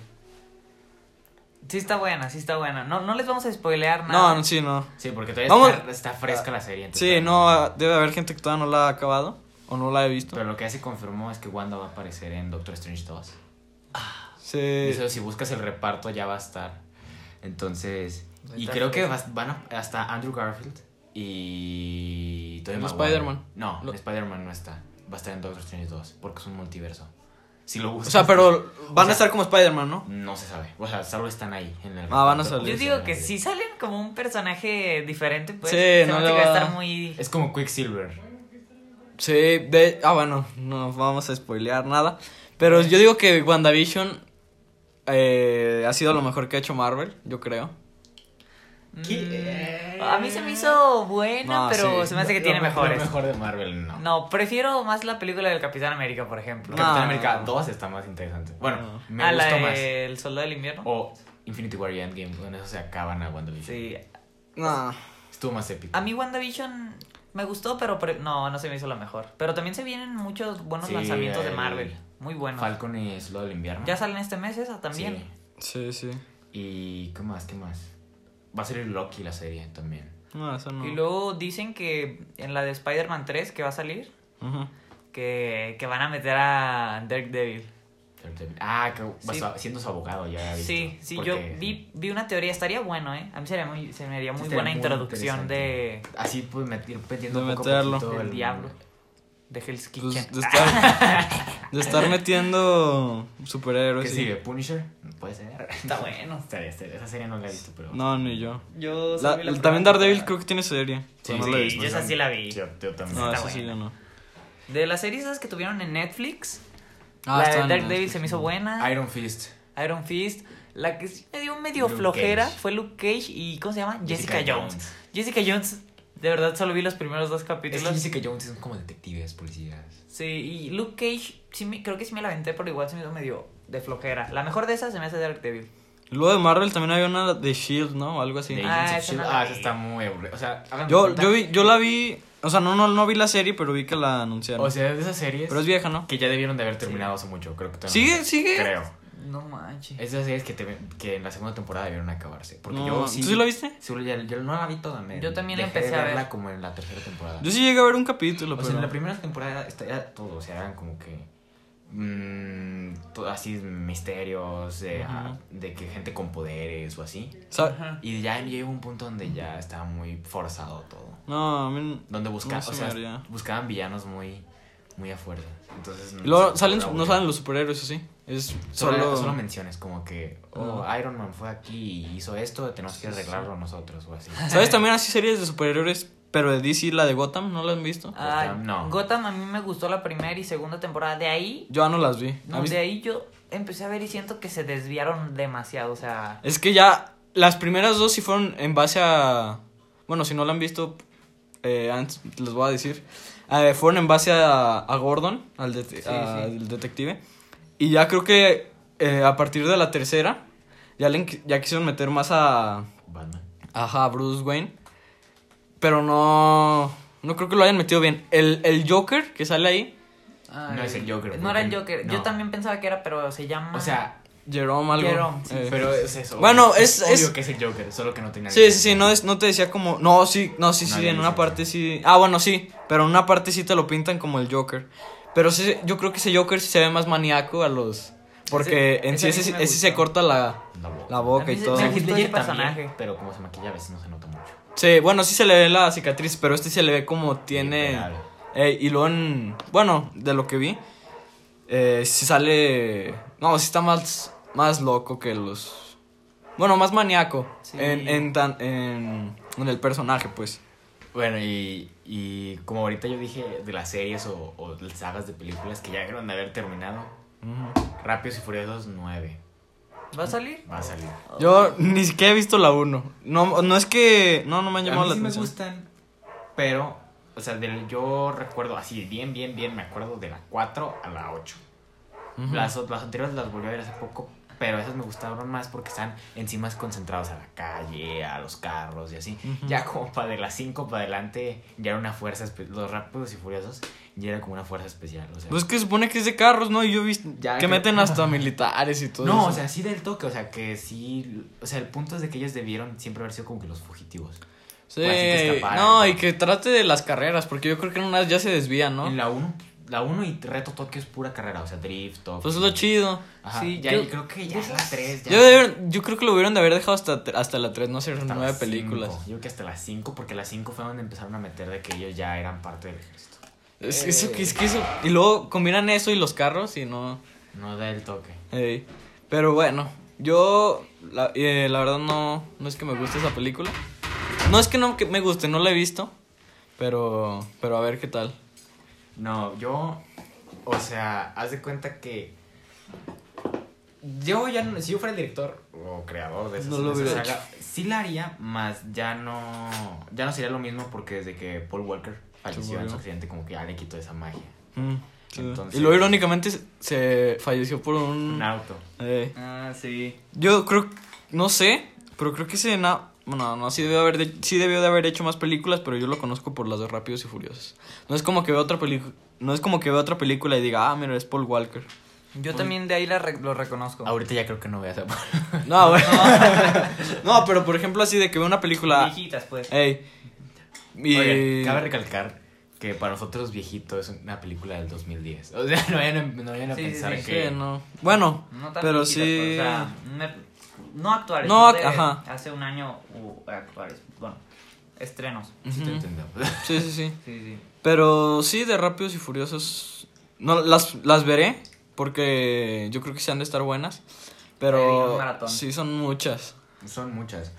Speaker 3: Sí está buena, sí está buena. No, no les vamos a spoilear nada.
Speaker 1: No, no, sí, no.
Speaker 2: Sí, porque todavía
Speaker 1: Vamos-
Speaker 2: está, está fresca la serie. entonces
Speaker 1: Sí,
Speaker 2: está-
Speaker 1: no, ah, debe haber gente que todavía no la ha acabado. O o no la he visto.
Speaker 2: Pero lo que ya se confirmó es que Wanda va a aparecer en Doctor Strange 2.
Speaker 1: Se-
Speaker 2: Eso, si buscas el reparto ya va a estar. Entonces, y
Speaker 3: Ahorita-
Speaker 2: creo que vas- van a- hasta Andrew Garfield y Tobey
Speaker 1: No
Speaker 2: Maguire.
Speaker 1: Spider-Man.
Speaker 2: No,
Speaker 1: Lo-
Speaker 2: Spider-Man no está. Va a estar en Doctor Strange 2 porque es un multiverso. Si lo
Speaker 1: O
Speaker 2: buscas.
Speaker 1: sea, pero van
Speaker 2: O sea,
Speaker 1: a estar como Spider-Man, ¿no?
Speaker 2: no se sabe. O sea, solo están ahí en el
Speaker 1: Ah, van a
Speaker 2: reparto.
Speaker 1: salir.
Speaker 3: Yo digo que sí salen como un personaje diferente, pues.
Speaker 1: Sí,
Speaker 3: Se
Speaker 1: no
Speaker 3: me
Speaker 1: le
Speaker 3: hace que
Speaker 1: va-
Speaker 3: va a estar muy.
Speaker 2: Es como Quicksilver.
Speaker 1: Sí, de... Ah, bueno, no vamos a spoilear nada. Pero yo digo que WandaVision eh, ha sido lo mejor que ha hecho Marvel, yo creo.
Speaker 2: ¿Qué?
Speaker 3: Mm, A mí se me hizo buena,
Speaker 1: eh, No,
Speaker 3: pero
Speaker 1: sí.
Speaker 3: se me hace que
Speaker 2: Lo-
Speaker 3: tiene
Speaker 2: lo
Speaker 3: mejores.
Speaker 2: mejor de Marvel, no.
Speaker 3: No, prefiero más la película del Capitán América, por ejemplo.
Speaker 1: No.
Speaker 2: Capitán América 2 está más interesante. Bueno,
Speaker 1: No.
Speaker 2: me
Speaker 3: a
Speaker 2: gustó
Speaker 3: la
Speaker 2: más.
Speaker 3: del Soldado del Invierno.
Speaker 1: Oh.
Speaker 2: O Infinity War y Endgame, con eso se acaban a WandaVision.
Speaker 3: Sí.
Speaker 1: No.
Speaker 2: Estuvo más épico.
Speaker 3: A mí WandaVision me gustó, pero pre- no, no se me hizo la mejor. Pero también se vienen muchos buenos
Speaker 2: Sí,
Speaker 3: lanzamientos de
Speaker 2: el-
Speaker 3: Marvel. Muy buenos.
Speaker 2: Falcon y Soldado del Invierno.
Speaker 3: Ya salen este mes esa también.
Speaker 1: Sí, sí.
Speaker 2: Sí. ¿Y qué más? ¿Qué más? Va a salir Loki la serie también.
Speaker 1: No, eso no.
Speaker 3: Y luego dicen que en la de Spider-Man 3 que va a salir,
Speaker 1: Ujú.
Speaker 3: que, que van a meter a Daredevil.
Speaker 2: Daredevil. Ah, que va
Speaker 3: Sí.
Speaker 2: a- siendo su abogado ya. he visto.
Speaker 3: Sí, sí,
Speaker 2: Porque
Speaker 3: yo vi, vi una teoría, estaría bueno, ¿eh? A mí sería muy, se me haría muy
Speaker 2: estaría
Speaker 3: buena
Speaker 2: muy
Speaker 3: introducción de,
Speaker 2: interesante. Así pues metir, metiendo
Speaker 1: De
Speaker 2: poco a
Speaker 1: meterlo.
Speaker 2: poquito
Speaker 3: del diablo, de
Speaker 1: Pues,
Speaker 3: Hell's Kitchen.
Speaker 1: de, estar, de estar metiendo
Speaker 2: ¿Qué
Speaker 1: superhéroes. sí.
Speaker 2: sigue? ¿Punisher? Puede ser.
Speaker 3: Está bueno.
Speaker 2: Estaría- estaría- Este, Esa serie no la he visto, pero.
Speaker 1: No, ni yo.
Speaker 3: Yo
Speaker 1: La- también Daredevil creo que tiene serie.
Speaker 2: Sí,
Speaker 1: pero no la he
Speaker 3: sí,
Speaker 1: visto.
Speaker 3: yo esa sí la vi.
Speaker 2: Yo, yo también.
Speaker 1: No,
Speaker 3: está
Speaker 1: esa sí
Speaker 3: buena.
Speaker 1: yo no.
Speaker 3: De las series esas que tuvieron en Netflix,
Speaker 1: Ah,
Speaker 3: la de
Speaker 1: está en
Speaker 3: Daredevil
Speaker 1: Netflix.
Speaker 3: se me hizo buena.
Speaker 2: Iron Fist.
Speaker 3: Iron Fist. La que sí me dio medio
Speaker 2: Luke
Speaker 3: flojera
Speaker 2: Cage.
Speaker 3: fue Luke Cage y ¿cómo se llama? Jessica, Jones. Jessica Jones, de verdad solo vi los primeros dos
Speaker 2: Es
Speaker 3: capítulos.
Speaker 2: que Jessica Jones son como detectives, policías.
Speaker 3: Sí, y Luke Cage, sí me- creo que sí me la aventé, pero igual se me dio medio de flojera. La mejor de esas se me hace Daredevil.
Speaker 1: Luego de Marvel también había una de Shield, E ¿no? O algo así.
Speaker 2: De
Speaker 3: Ah,
Speaker 2: Agents of
Speaker 3: esa
Speaker 2: Shield.
Speaker 3: no la
Speaker 2: Ah,
Speaker 3: vi.
Speaker 2: esa está muy aburrida. O sea, hagan de
Speaker 1: Yo,
Speaker 2: cuenta-
Speaker 1: yo, vi, yo la vi. O sea, no, no, no vi la serie, pero vi que la anunciaron.
Speaker 2: O sea, de esas series
Speaker 1: pero es vieja, ¿no?
Speaker 2: que ya debieron de haber terminado hace mucho, creo que todavía no
Speaker 1: ¿Sigue?
Speaker 2: sé.
Speaker 1: ¿Sigue?
Speaker 2: Creo.
Speaker 3: No manches.
Speaker 2: Es de esas series que, te- que en la segunda temporada debieron acabarse. Porque
Speaker 1: No,
Speaker 2: yo sí.
Speaker 1: ¿Tú sí la viste?
Speaker 2: sí, yo, yo no la vi toda. me-
Speaker 3: Yo también la
Speaker 2: dejé
Speaker 3: empecé
Speaker 2: de
Speaker 3: a ver.
Speaker 2: verla como en la tercera temporada.
Speaker 1: Yo sí llegué a ver un capítulo,
Speaker 2: Ah. O
Speaker 1: pero.
Speaker 2: sea, en la primera temporada esta- era todo, o sea, eran como que. mm, todo así misterios de, ah, de que gente con poderes o así.
Speaker 1: Sa-
Speaker 3: Ajá.
Speaker 2: Y ya llegó un punto donde ya estaba muy forzado todo.
Speaker 1: No, a mí.
Speaker 2: Donde busca,
Speaker 1: No se
Speaker 2: o sea,
Speaker 1: me haría.
Speaker 2: buscaban villanos muy, muy a fuerza. Entonces,
Speaker 1: Y luego
Speaker 2: sé,
Speaker 1: salen,
Speaker 2: era
Speaker 1: no
Speaker 2: aburrido.
Speaker 1: salen los superhéroes, eso sí. Es
Speaker 2: Solo,
Speaker 1: solo.
Speaker 2: solo menciones como que, oh,
Speaker 1: Ah.
Speaker 2: Iron Man fue aquí y hizo esto, tenemos que arreglarlo nosotros o así.
Speaker 1: ¿Sabes también así series de superhéroes? Pero de DC, la de Gotham, ¿no la han visto?
Speaker 3: Ah,
Speaker 2: Gotham, no.
Speaker 3: Gotham a mí me gustó la primera y segunda temporada. De ahí,
Speaker 1: Yo ya no las vi. ¿La
Speaker 3: no,
Speaker 1: viste?
Speaker 3: de ahí yo empecé a ver y siento que se desviaron demasiado. O sea,
Speaker 1: Es que ya las primeras dos sí fueron en base a... Bueno, si no la han visto, eh, antes les voy a decir. Eh, fueron en base a, a Gordon, al, det-
Speaker 3: Sí,
Speaker 1: a-
Speaker 3: sí.
Speaker 1: al detective. Y ya creo que eh, a partir de la tercera, ya, le, enqu- ya quisieron meter más a...
Speaker 2: Batman.
Speaker 1: Ajá, a Bruce Wayne. Pero no... No creo que lo hayan metido bien. El, el Joker que sale ahí,
Speaker 3: ay,
Speaker 2: No es el Joker,
Speaker 3: No era el
Speaker 2: porque-
Speaker 3: Joker.
Speaker 2: no.
Speaker 3: Yo también pensaba que era, pero se llama.
Speaker 2: O sea,
Speaker 1: Jerome algo.
Speaker 3: Jerome, sí.
Speaker 1: eh.
Speaker 2: pero es eso.
Speaker 1: Bueno, es-
Speaker 2: obvio
Speaker 1: es-
Speaker 2: que es el Joker, solo que no tenía.
Speaker 1: Sí, sí, sí, no, es, no te decía como... No, sí, no, sí,
Speaker 2: No
Speaker 1: sí,
Speaker 2: había
Speaker 1: en una
Speaker 2: licencia.
Speaker 1: parte sí... Ah, bueno, sí, pero en una parte sí te lo pintan como el Joker. Pero sí, yo creo que ese Joker sí se ve más maníaco a los... Porque
Speaker 3: Ese-
Speaker 1: en sí
Speaker 3: ese a mí
Speaker 1: ese,
Speaker 3: sí me
Speaker 1: ese se
Speaker 3: gustó.
Speaker 1: corta la,
Speaker 2: La boca.
Speaker 1: la boca
Speaker 3: A
Speaker 1: y
Speaker 3: mí se- este
Speaker 1: todo.
Speaker 3: me
Speaker 2: Heath
Speaker 3: Hitler
Speaker 2: Ledger
Speaker 3: también,
Speaker 2: personaje, pero como se maquilla a veces no se nota mucho.
Speaker 1: Sí, bueno, sí se le ve la cicatriz, pero este se le ve como tiene...
Speaker 2: Literal.
Speaker 1: Eh, y luego en... Bueno, de lo que vi, eh, sí sale... No, sí está más, más loco que los... Bueno, más maníaco
Speaker 3: Sí.
Speaker 1: en, en, tan, en, en el personaje, pues.
Speaker 2: Bueno, y, y como ahorita yo dije de las series o, o las sagas de películas que ya debieron de haber terminado, Rápidos y Furiosos 9
Speaker 3: ¿va a salir?
Speaker 2: va a salir.
Speaker 1: Yo ni siquiera he visto la 1. No, no es que. No, no me han llamado la atención.
Speaker 2: gustan, pero, o sea, del- yo recuerdo así, bien, bien, bien, me acuerdo de la 4 a la 8.
Speaker 1: Ujú.
Speaker 2: las, ot- las anteriores las volví a ver hace poco, pero esas me gustaron más porque están encima concentrados a la calle, a los carros y así.
Speaker 1: Ujú.
Speaker 2: Ya como para de las 5 para adelante, ya era una fuerza, espe- los Rápidos y Furiosos, ya era como una fuerza especial. O sea,
Speaker 1: Pues que supone que es de carros, ¿no? Y yo he visto
Speaker 2: Ya,
Speaker 1: que
Speaker 2: que-
Speaker 1: meten hasta militares y todo
Speaker 2: No,
Speaker 1: eso.
Speaker 2: o sea, sí del toque, o sea, que sí, o sea, el punto es de que ellos debieron siempre haber sido como que los fugitivos.
Speaker 1: Sí,
Speaker 2: pues, así que escaparan,
Speaker 1: no,
Speaker 2: ¿no?
Speaker 1: y que trate de las carreras, porque yo creo que en unas ya se desvían, ¿no?
Speaker 2: En la 1, la 1 y Reto Tokio es pura carrera, o sea, drift, Tokio.
Speaker 1: Pues es lo chido.
Speaker 2: Ajá,
Speaker 3: Sí,
Speaker 2: ya,
Speaker 3: yo-
Speaker 2: yo, creo que ya es la 3.
Speaker 1: Yo, deber- yo creo que lo hubieran de haber dejado hasta, hasta la 3, no hacer nueve películas.
Speaker 2: Yo creo que hasta las 5, porque las 5 fue donde empezaron a meter de que ellos ya eran parte del ejército.
Speaker 1: Es, que
Speaker 2: Eh.
Speaker 1: eso, que- es que eso. Y luego combinan eso y los carros y no.
Speaker 2: No da el toque.
Speaker 1: Ey, Pero bueno, yo la, eh, la verdad no, no es que me guste esa película. No es que no que me guste, no la he visto. Pero, pero a ver qué tal.
Speaker 2: No, yo. O sea, haz de cuenta que. Yo ya no. Si yo fuera el director o creador de esa,
Speaker 1: No lo
Speaker 2: de esa
Speaker 1: hubiera
Speaker 2: saga, sí la haría, más ya no. Ya no sería lo mismo porque desde que Paul Walker falleció en
Speaker 1: murió.
Speaker 2: su accidente, como que ya le quitó esa magia.
Speaker 1: Mm, sí.
Speaker 2: Entonces-
Speaker 1: y luego irónicamente se- se falleció por un...
Speaker 2: Un auto.
Speaker 1: Ey.
Speaker 3: Ah, sí.
Speaker 1: Yo creo, no sé, pero creo que se... na- Bueno, no, sí debió, haber de- sí debió de haber hecho más películas, pero yo lo conozco por las de Rápidos y Furiosos. No es como que vea otra película... No es como que vea otra película y diga, ah, mira, es Paul Walker.
Speaker 3: Yo también de ahí la re- lo reconozco.
Speaker 2: Ahorita ya creo que no voy a hacer.
Speaker 1: No, güey. no, pero por ejemplo así de que veo una película...
Speaker 3: Viejitas, pues.
Speaker 1: Ey. Y...
Speaker 2: Oye, cabe recalcar que para nosotros viejito es una película del 2010. O sea, no vayan a, no vayan a
Speaker 3: Sí, sí,
Speaker 2: pensar
Speaker 3: sí.
Speaker 1: Sí,
Speaker 2: que.
Speaker 1: no. Bueno,
Speaker 3: No tan
Speaker 1: pero
Speaker 3: viejitas,
Speaker 1: sí...
Speaker 3: pues, o sea, me- no actuales.
Speaker 1: No,
Speaker 3: de
Speaker 1: ajá.
Speaker 3: Hace un año u- actuales. Bueno, estrenos.
Speaker 2: Sí te
Speaker 1: Ujú.
Speaker 2: entendemos.
Speaker 1: Sí, sí, sí.
Speaker 3: Sí, sí.
Speaker 1: Pero sí, de Rápidos y Furiosos. No, las, las veré. Porque yo creo que se han de estar buenas.
Speaker 3: Te digo,
Speaker 1: Pero
Speaker 3: un maratón.
Speaker 1: sí, son muchas.
Speaker 2: Son muchas.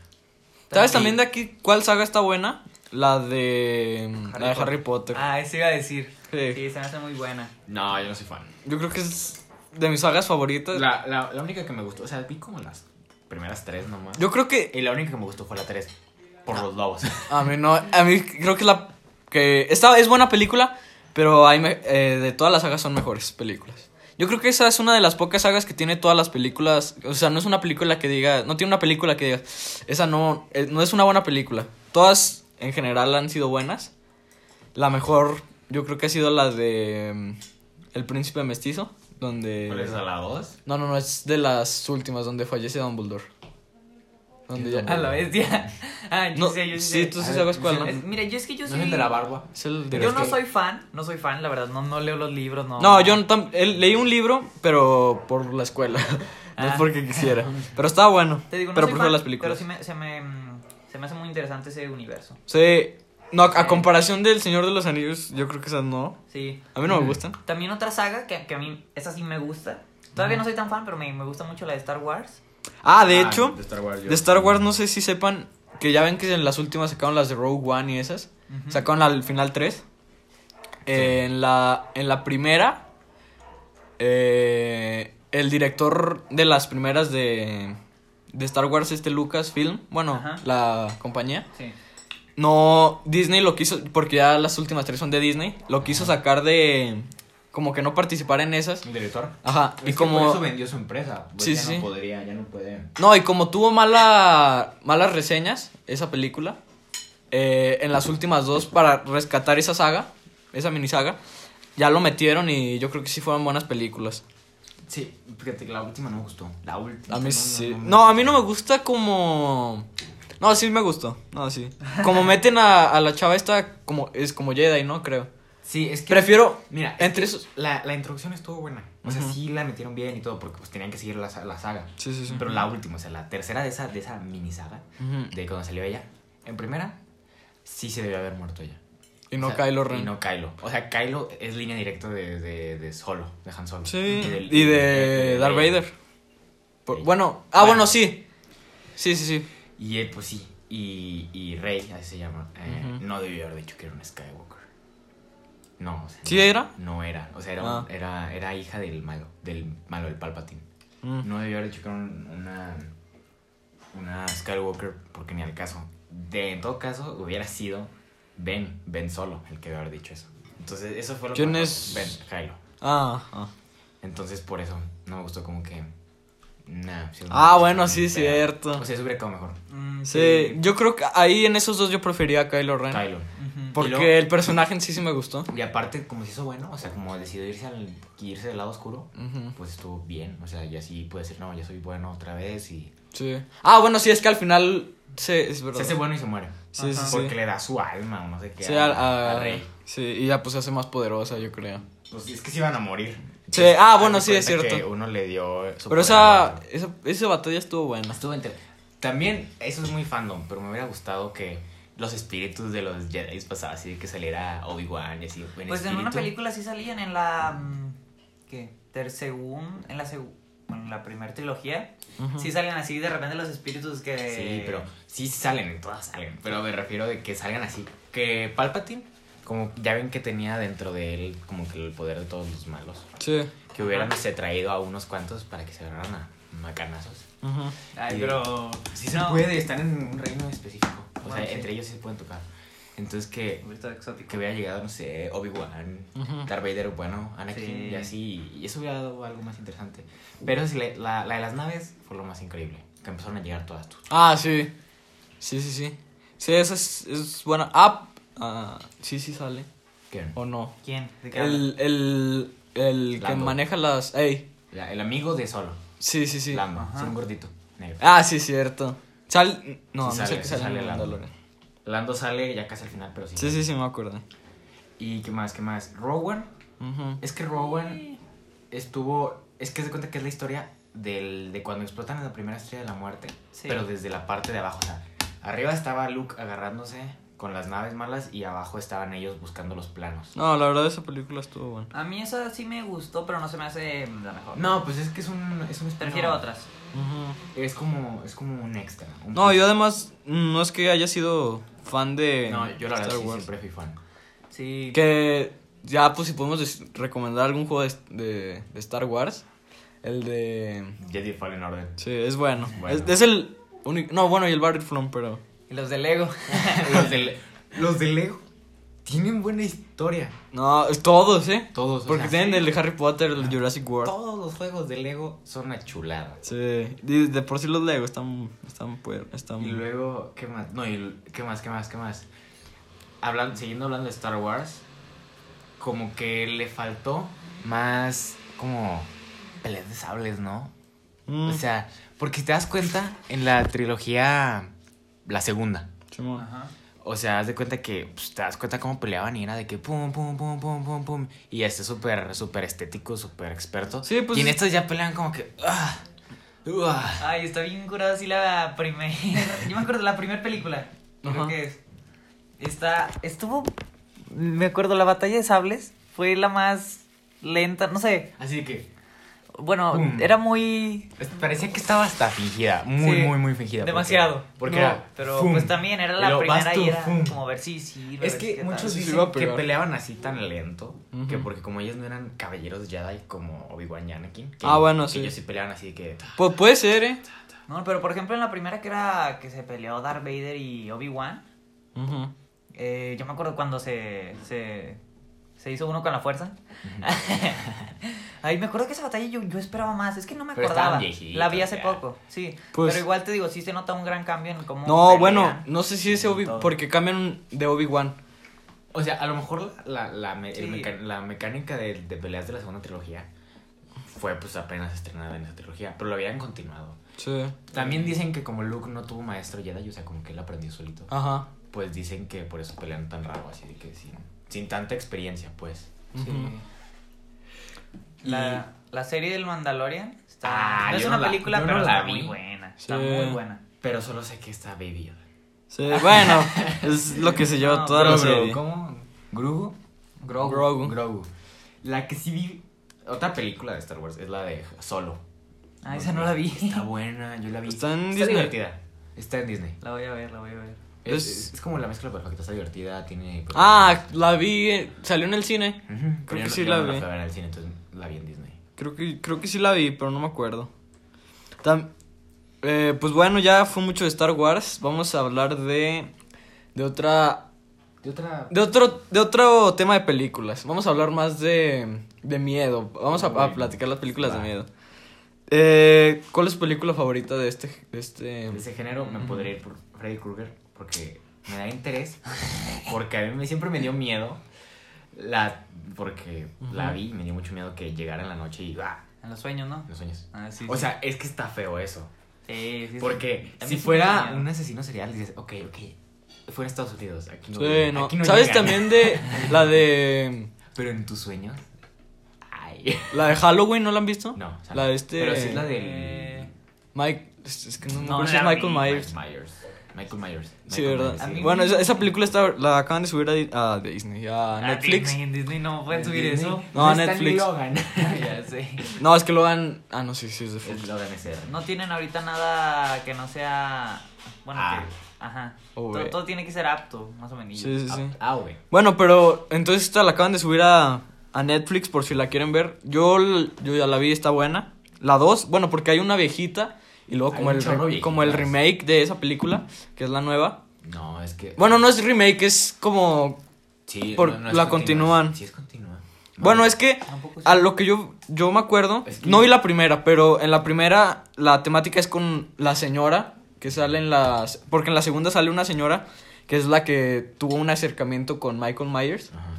Speaker 1: ¿Sabes
Speaker 2: Sí.
Speaker 1: también de aquí cuál saga está buena? La de. la de Harry Potter.
Speaker 3: Ah, eso iba a decir.
Speaker 1: Sí.
Speaker 3: Sí. se me hace muy buena.
Speaker 2: No, yo no soy fan.
Speaker 1: Yo creo que es de mis sagas favoritas.
Speaker 2: La, la, la única que me gustó, o sea, vi como las primeras tres nomás.
Speaker 1: Yo Ah. creo que.
Speaker 2: Y la única que me gustó fue la tres. Por los lobos.
Speaker 1: A mí no. A mí creo que la. Que esta es buena película. Pero hay me- eh, de todas las sagas son mejores películas. Yo creo que esa es una de las pocas sagas que tiene todas las películas. O sea, no es una película que diga. No tiene una película que diga. Esa no. eh, no es una buena película. Todas en general han sido buenas. La mejor, yo creo que ha sido la de. mm, El príncipe mestizo. Donde.
Speaker 2: ¿Cuál es esa, la dos?
Speaker 1: No, no, no, es de las últimas donde fallece Dumbledore. Donde ya-
Speaker 3: A la bestia. Ah, yo
Speaker 1: No,
Speaker 3: sí sé, yo sí
Speaker 1: sí,
Speaker 3: sé. Ah,
Speaker 1: tú
Speaker 2: A
Speaker 1: sí
Speaker 2: ver,
Speaker 1: sabes cuál,
Speaker 2: tú
Speaker 1: ¿no?
Speaker 3: Es- mira, yo es que yo
Speaker 2: ¿No
Speaker 3: soy.
Speaker 2: es el de la barba?
Speaker 1: Es el
Speaker 3: Yo
Speaker 1: director.
Speaker 3: no soy fan, no soy fan, la verdad, no, no leo los libros, no.
Speaker 1: No, yo tam- él- leí un libro, pero por la escuela. no es
Speaker 3: Ah.
Speaker 1: porque quisiera. Pero estaba bueno.
Speaker 3: Te digo, no
Speaker 1: pero
Speaker 3: soy
Speaker 1: prefiero
Speaker 3: fan,
Speaker 1: las películas.
Speaker 3: Pero sí me, se, me, mm, se me hace muy interesante ese universo.
Speaker 1: Sí. No, a comparación del Señor de los Anillos, yo creo que esas no.
Speaker 3: Sí.
Speaker 1: A mí no me gustan.
Speaker 3: También otra saga que, que a mí, esa sí me gusta. Todavía no soy tan fan, pero me, me gusta mucho la de Star Wars.
Speaker 1: Ah, de
Speaker 2: Ah,
Speaker 1: hecho,
Speaker 2: de Star Wars. yo-
Speaker 1: de Star Wars no sé si sepan que ya ven que en las últimas sacaron las de Rogue One y esas.
Speaker 3: Ujú.
Speaker 1: Sacaron al final 3. en, la, en la primera, eh, el director de las primeras de, de Star Wars, este Lucasfilm, bueno,
Speaker 3: Ajá.
Speaker 1: la compañía,
Speaker 3: Sí.
Speaker 1: no, Disney lo quiso, porque ya las últimas tres son de Disney, lo quiso sacar de, como que no participar en esas.
Speaker 2: El director.
Speaker 1: Ajá,
Speaker 2: Es
Speaker 1: y
Speaker 2: que Por
Speaker 1: como...
Speaker 2: eso vendió su empresa. Pues
Speaker 1: Sí,
Speaker 2: ya
Speaker 1: sí.
Speaker 2: no podría, ya no puede.
Speaker 1: No, y como tuvo mala, malas reseñas esa película, eh, en las últimas dos, para rescatar esa saga, esa minisaga, ya lo metieron y yo creo que sí fueron buenas películas.
Speaker 2: Sí, fíjate que la última no me gustó. La última.
Speaker 1: A mí
Speaker 2: no,
Speaker 1: sí. No,
Speaker 2: me-
Speaker 1: a mí no me gusta como... No, sí me gustó. No, sí. Como meten a, a la chava esta, como, es como Jedi, ¿no? Creo.
Speaker 2: Sí, es que.
Speaker 1: Prefiero...
Speaker 2: Mira, es
Speaker 1: Entre
Speaker 2: que
Speaker 1: esos...
Speaker 2: La, la introducción estuvo buena. O sea,
Speaker 1: Ujú.
Speaker 2: sí la metieron bien y todo, porque pues tenían que seguir la, sa- la saga.
Speaker 1: Sí, sí, sí.
Speaker 2: Pero la última, o sea, la tercera de esa, de esa mini saga,
Speaker 1: Ujú.
Speaker 2: de cuando salió ella, en primera, sí se debió haber muerto ella.
Speaker 1: Y
Speaker 2: O
Speaker 1: no
Speaker 2: sea,
Speaker 1: Kylo Ren.
Speaker 2: Y no Kylo. O sea, Kylo es línea directa de, de, de Solo, de Han Solo.
Speaker 1: Sí.
Speaker 2: del-
Speaker 1: Y de Darth Vader. Por- bueno... Ah,
Speaker 2: Bueno.
Speaker 1: bueno, sí. Sí, sí, sí.
Speaker 2: Y él, pues sí. Y, y Rey, así se llama. eh,
Speaker 1: Ujú.
Speaker 2: No debió haber dicho que era un Skywalker. No, o sea,
Speaker 1: ¿Sí
Speaker 2: no,
Speaker 1: era?
Speaker 2: No era. O sea, era,
Speaker 1: Ah.
Speaker 2: era, era hija del malo, del malo, del Palpatine.
Speaker 1: Mm.
Speaker 2: No debió haber dicho que era un- una, una Skywalker, porque ni al caso. De, en todo caso, hubiera sido Ben, Ben solo, el que debió haber dicho eso. Entonces, eso fue lo
Speaker 1: ¿Quién
Speaker 2: que me
Speaker 1: es?
Speaker 2: pasó. Ben, Kylo.
Speaker 1: Ah, ah.
Speaker 2: Entonces, por eso, no me gustó como que... Nah, sí,
Speaker 1: Ah,
Speaker 2: no,
Speaker 1: bueno,
Speaker 2: no,
Speaker 1: sí,
Speaker 2: pero-
Speaker 1: cierto.
Speaker 2: O sea, eso hubiera quedado mejor.
Speaker 3: Mm,
Speaker 1: Sí, yo creo que ahí en esos dos yo prefería a Kylo Ren.
Speaker 2: Kylo.
Speaker 3: Ujú.
Speaker 2: Y
Speaker 1: Porque
Speaker 2: luego-
Speaker 1: el personaje en sí sí me gustó.
Speaker 2: Y aparte, como se hizo bueno, o sea, como decidió irse, al, irse del lado oscuro,
Speaker 1: Ujú,
Speaker 2: pues estuvo bien. O sea, y así puede decir, no, ya soy bueno otra vez y...
Speaker 1: Sí. Ah, bueno, sí, es que al final se, es verdad.
Speaker 2: Se hace bueno y se muere. Ah.
Speaker 1: Sí, sí,
Speaker 3: Ajá.
Speaker 1: sí.
Speaker 2: Porque le da su alma o no sé qué
Speaker 1: Sí,
Speaker 2: a,
Speaker 1: al- a-
Speaker 2: a Rey.
Speaker 1: sí, y ya pues se hace más poderosa, yo creo.
Speaker 2: Pues es que se iban a morir.
Speaker 1: Sí, ah, bueno,
Speaker 2: haz de
Speaker 1: sí, es
Speaker 2: cuenta
Speaker 1: cierto.
Speaker 2: Que uno le dio.
Speaker 1: Pero
Speaker 2: su poder
Speaker 1: esa,
Speaker 2: al vato.
Speaker 1: esa, esa batalla estuvo buena.
Speaker 2: Estuvo entre. También, eso es muy fandom, pero me hubiera gustado que los espíritus de los Jedi pasaban así, que saliera Obi-Wan y así. en
Speaker 3: Pues en una
Speaker 2: espíritu.
Speaker 3: película sí salían en la. mm, ¿Qué? Ter según. En la segu- Bueno, en la primera trilogía.
Speaker 1: Ujú.
Speaker 3: Sí salían así de repente los espíritus que.
Speaker 2: Sí, pero sí salen, en todas salen. Pero me refiero de que salgan así. Que Palpatine, como ya ven que tenía dentro de él como que el poder de todos los malos.
Speaker 1: Sí.
Speaker 2: Que hubieran
Speaker 3: Ajá.
Speaker 2: se traído a unos cuantos para que se agarraran a macanazos.
Speaker 1: Ujú.
Speaker 3: Ay, pero.
Speaker 2: Sí se puede, están en un reino específico. O
Speaker 3: Bueno,
Speaker 2: sea,
Speaker 3: sí.
Speaker 2: entre ellos sí se pueden tocar. Entonces que,
Speaker 3: Ahorita exótico.
Speaker 2: que hubiera llegado, no sé, Obi-Wan,
Speaker 1: Ujú.
Speaker 2: Darth Vader, bueno, Anakin
Speaker 3: Sí.
Speaker 2: y así. Y eso hubiera dado algo más interesante. Pero sí, la, la, la de las naves fue lo más increíble. Que empezaron a llegar todas tú.
Speaker 1: Ah, sí. Sí, sí, sí. Sí, esa es, es buena. Ah, ah, sí, sí sale. ¿O no?
Speaker 3: ¿Quién? ¿De qué habla?
Speaker 1: El, el, el que
Speaker 2: Lando.
Speaker 1: maneja las... Ey.
Speaker 2: La- el amigo de Solo.
Speaker 1: Sí, sí, sí.
Speaker 2: Lando,
Speaker 3: Ajá.
Speaker 2: sí, un gordito negro.
Speaker 1: Ah, sí, cierto. Sal... No,
Speaker 2: Sí
Speaker 1: no sé
Speaker 2: sale,
Speaker 1: qué
Speaker 2: sí
Speaker 1: sale,
Speaker 2: sale
Speaker 1: en
Speaker 2: Lando.
Speaker 1: Mandalorian.
Speaker 2: Lando sale ya casi al final, pero sí.
Speaker 1: Sí, sí, sí, me acuerdo.
Speaker 2: ¿Y qué más? ¿Qué más? Rowan.
Speaker 1: Ujú.
Speaker 2: Es que Rowan estuvo. Es que se cuenta que es la historia del, de cuando explotan la primera estrella de la muerte.
Speaker 3: Sí.
Speaker 2: Pero desde la parte de abajo. O sea, arriba estaba Luke agarrándose con las naves malas y abajo estaban ellos buscando los planos.
Speaker 1: No, la verdad esa película estuvo buena.
Speaker 3: A mí esa sí me gustó, pero no se me hace la mejor.
Speaker 2: No, pues es que es un. Es un spin-off.
Speaker 3: Prefiero otras.
Speaker 1: Ujú.
Speaker 2: Es como, es como un extra. un
Speaker 1: No,
Speaker 2: plus.
Speaker 1: yo además mm, no es que haya sido fan de
Speaker 2: No, yo la verdad
Speaker 1: Star
Speaker 2: sí,
Speaker 1: Wars.
Speaker 2: siempre fui fan.
Speaker 3: Sí.
Speaker 1: Que ya, pues si podemos des- recomendar algún juego de, de- de Star Wars, el de...
Speaker 2: Jedi Fallen Order.
Speaker 1: Sí, es bueno.
Speaker 2: Bueno.
Speaker 1: Es, es el único... No, bueno, y el Battlefront, pero...
Speaker 3: Y los de Lego.
Speaker 2: los, de, los de Lego tienen buena historia.
Speaker 1: No, es todos, ¿eh?
Speaker 2: Todos. o
Speaker 1: Porque
Speaker 2: sea,
Speaker 1: tienen
Speaker 2: sí.
Speaker 1: el de Harry Potter, el Jurassic World.
Speaker 2: Todos los juegos de Lego son una chulada.
Speaker 1: Sí, y de por sí los Lego están... están, puer- están
Speaker 2: Y luego, ¿qué más? No, y l- ¿qué más? ¿Qué más? ¿Qué más? Hablando, siguiendo hablando de Star Wars, como que le faltó más como peleas de sables, ¿no?
Speaker 1: Mm,
Speaker 2: O sea, porque si te das cuenta, en la trilogía, la segunda,
Speaker 1: Simón.
Speaker 3: Ajá.
Speaker 2: O sea, haz de cuenta que pues, te das cuenta cómo peleaban y era de que pum, pum, pum, pum, pum, pum. Y ya está súper, súper estético, súper experto.
Speaker 1: Sí, pues,
Speaker 2: Y en
Speaker 1: es-
Speaker 2: estos ya pelean como que. ah, uah.
Speaker 3: Ay, está bien curada así la primera. Yo me acuerdo de la primera película. Creo
Speaker 1: Ajá.
Speaker 3: que es. Está. Estuvo. Me acuerdo, la batalla de sables fue la más lenta. No sé.
Speaker 2: Así de que.
Speaker 3: Bueno,
Speaker 2: Mm.
Speaker 3: era muy.
Speaker 2: es- Parecía que estaba hasta fingida. Muy,
Speaker 3: Sí.
Speaker 2: muy, muy fingida.
Speaker 3: demasiado.
Speaker 2: Porque, porque
Speaker 3: No,
Speaker 2: era.
Speaker 3: Pero
Speaker 2: fum.
Speaker 3: pues también era
Speaker 2: Y
Speaker 3: la
Speaker 2: luego vas
Speaker 3: primera
Speaker 2: tú,
Speaker 3: y era
Speaker 2: fum.
Speaker 3: como ver si sí.
Speaker 2: Es que muchos
Speaker 1: Sí, se
Speaker 2: dicen
Speaker 1: iba a
Speaker 2: que
Speaker 1: pegar.
Speaker 2: peleaban así tan lento. Que
Speaker 1: Ujú.
Speaker 2: porque como ellos no eran caballeros Jedi como Obi-Wan y Anakin. que-
Speaker 1: Ah, bueno,
Speaker 2: que
Speaker 1: sí.
Speaker 2: Ellos sí peleaban así de que. ta,
Speaker 1: Pues puede ser, ¿eh?
Speaker 3: No, pero por ejemplo en la primera que era que se peleó Darth Vader y Obi-Wan.
Speaker 1: Ujú.
Speaker 3: Eh, yo me acuerdo cuando se, se, se hizo uno con la fuerza. Ay, me acuerdo que esa batalla yo, yo esperaba más. Es que no me
Speaker 2: Pero
Speaker 3: acordaba.
Speaker 2: estaban viejitos,
Speaker 3: la vi hace
Speaker 2: ya.
Speaker 3: poco, sí.
Speaker 1: Pues-
Speaker 3: Pero igual te digo, sí se nota un gran cambio en cómo.
Speaker 1: No,
Speaker 3: pelean.
Speaker 1: bueno, no sé si ese Obi...
Speaker 3: Todo.
Speaker 1: Porque cambian de Obi-Wan.
Speaker 2: O sea, a lo mejor la, la, me- el
Speaker 3: Sí.
Speaker 2: meca- la mecánica de, de peleas de la segunda trilogía fue pues apenas estrenada en esa trilogía, pero lo habían continuado.
Speaker 1: Sí.
Speaker 2: También dicen que como Luke no tuvo maestro Jedi, o sea, como que él aprendió solito,
Speaker 1: Ajá.
Speaker 2: pues dicen que por eso pelean tan raro, así de que sin, sin tanta experiencia, pues.
Speaker 3: Sí.
Speaker 1: Ujú.
Speaker 3: La, la serie del Mandalorian está.
Speaker 2: Ah,
Speaker 3: no es
Speaker 2: yo
Speaker 3: una
Speaker 2: no la-
Speaker 3: película,
Speaker 2: yo no
Speaker 3: pero
Speaker 2: la
Speaker 3: está
Speaker 2: vi.
Speaker 3: muy buena. Está
Speaker 1: Sí.
Speaker 3: muy buena.
Speaker 2: Pero solo sé que está Baby Yoda.
Speaker 1: Sí, bueno, es lo que se lleva
Speaker 3: No,
Speaker 1: toda la
Speaker 2: Grogu,
Speaker 1: serie.
Speaker 2: ¿Cómo? ¿Grogu?
Speaker 1: Grogu.
Speaker 2: Grogu. La que sí vi, otra película de Star Wars, es la de Solo.
Speaker 3: Ah, esa no la vi.
Speaker 2: Está buena, yo la vi.
Speaker 1: Está en Disney.
Speaker 2: divertida. Está en Disney.
Speaker 3: La voy a ver, la voy a ver.
Speaker 2: Es,
Speaker 1: Es-
Speaker 2: es- es como la mezcla perfecta, está divertida, tiene... pues,
Speaker 1: Ah, la vi, eh, salió en el cine.
Speaker 2: Ujú, pero
Speaker 1: creo
Speaker 2: yo
Speaker 1: que
Speaker 2: no-
Speaker 1: sí
Speaker 2: yo
Speaker 1: la
Speaker 2: no
Speaker 1: vi.
Speaker 2: fui a ver en el cine, entonces la vi en Disney.
Speaker 1: Creo que, creo que sí la vi, pero no me acuerdo. Tam- eh, pues bueno, ya fue mucho de Star Wars. Vamos a hablar de. de otra.
Speaker 2: ¿De otra?
Speaker 1: de otro. de otro tema de películas. Vamos a hablar más de. de miedo. Vamos a, a
Speaker 2: Uy.
Speaker 1: platicar las películas de
Speaker 2: Va.
Speaker 1: miedo. Eh, ¿Cuál es tu película favorita de este. de este.
Speaker 3: Em,
Speaker 2: De ese género me podría ir por Freddy Krueger porque me da interés, porque a mí me- siempre me dio miedo, la porque la
Speaker 1: Ujú.
Speaker 2: vi y me dio mucho miedo que llegara en la noche y ¡ah!
Speaker 3: En los sueños, ¿no?
Speaker 2: los sueños.
Speaker 3: Ah, sí.
Speaker 2: O
Speaker 3: sí.
Speaker 2: sea, es que está feo eso.
Speaker 3: Sí, sí, sí.
Speaker 1: Eh,
Speaker 2: Porque
Speaker 3: A mí sí
Speaker 2: si
Speaker 3: me da
Speaker 2: fuera
Speaker 3: miedo.
Speaker 2: un asesino serial, dices, ok, ok, fuera Estados Unidos, aquí no,
Speaker 1: Sí,
Speaker 2: llegan,
Speaker 1: no.
Speaker 2: aquí no
Speaker 1: ¿Sabes
Speaker 2: llegan".
Speaker 1: también de. la de.
Speaker 2: Pero en tus sueños, güey.
Speaker 1: La de Halloween, ¿no la han visto?
Speaker 2: No, o sea,
Speaker 1: La
Speaker 2: no.
Speaker 1: de este.
Speaker 2: Pero sí es la del.
Speaker 3: Eh,
Speaker 1: Mike. Es es que no, me
Speaker 3: No,
Speaker 1: acuerdo si
Speaker 3: la
Speaker 1: es Michael
Speaker 3: vi,
Speaker 1: Myers.
Speaker 2: Myers. Michael Myers.
Speaker 1: Sí,
Speaker 2: Michael
Speaker 1: ¿verdad?
Speaker 2: Myers, sí.
Speaker 3: Amigo.
Speaker 1: Bueno, esa, esa película está, la acaban de subir a, Di- a Disney, a
Speaker 3: a
Speaker 1: Netflix.
Speaker 3: Ah, Disney, en Disney no pueden subir
Speaker 2: Disney.
Speaker 3: eso.
Speaker 1: No,
Speaker 2: está en
Speaker 1: Netflix.
Speaker 2: Logan.
Speaker 3: ya sé.
Speaker 1: No, es que lo han. Ah, no, sí, sí, es de Fox.
Speaker 2: Es Logan ese.
Speaker 3: No tienen ahorita nada que no sea. Bueno,
Speaker 2: Ah.
Speaker 3: que. Ajá.
Speaker 1: Oh,
Speaker 3: todo,
Speaker 1: güey.
Speaker 3: todo tiene que ser apto, más o menos.
Speaker 1: Sí, sí, sí.
Speaker 2: Ah, güey.
Speaker 1: Bueno, pero entonces esta la acaban de subir a, a Netflix por si la quieren ver. Yo, l- yo ya la vi, está buena. La 2, bueno, porque hay una viejita y luego
Speaker 2: Hay
Speaker 1: como
Speaker 2: un
Speaker 1: el,
Speaker 2: chorro
Speaker 1: re- como el
Speaker 2: viejitas.
Speaker 1: remake de esa película, que es la nueva.
Speaker 2: No, es que.
Speaker 1: Bueno, no es remake, es como...
Speaker 2: Sí,
Speaker 1: por-
Speaker 2: es
Speaker 1: la
Speaker 2: continua.
Speaker 1: continúan.
Speaker 2: Sí, es continúa.
Speaker 1: Bueno, es
Speaker 2: Ah,
Speaker 1: que
Speaker 3: Tampoco es-
Speaker 1: a lo que yo, yo me acuerdo,
Speaker 2: Es que-
Speaker 1: no vi la primera, pero en la primera la temática es con la señora que sale en las... Porque en la segunda sale una señora que es la que tuvo un acercamiento con Michael Myers.
Speaker 2: Ajá.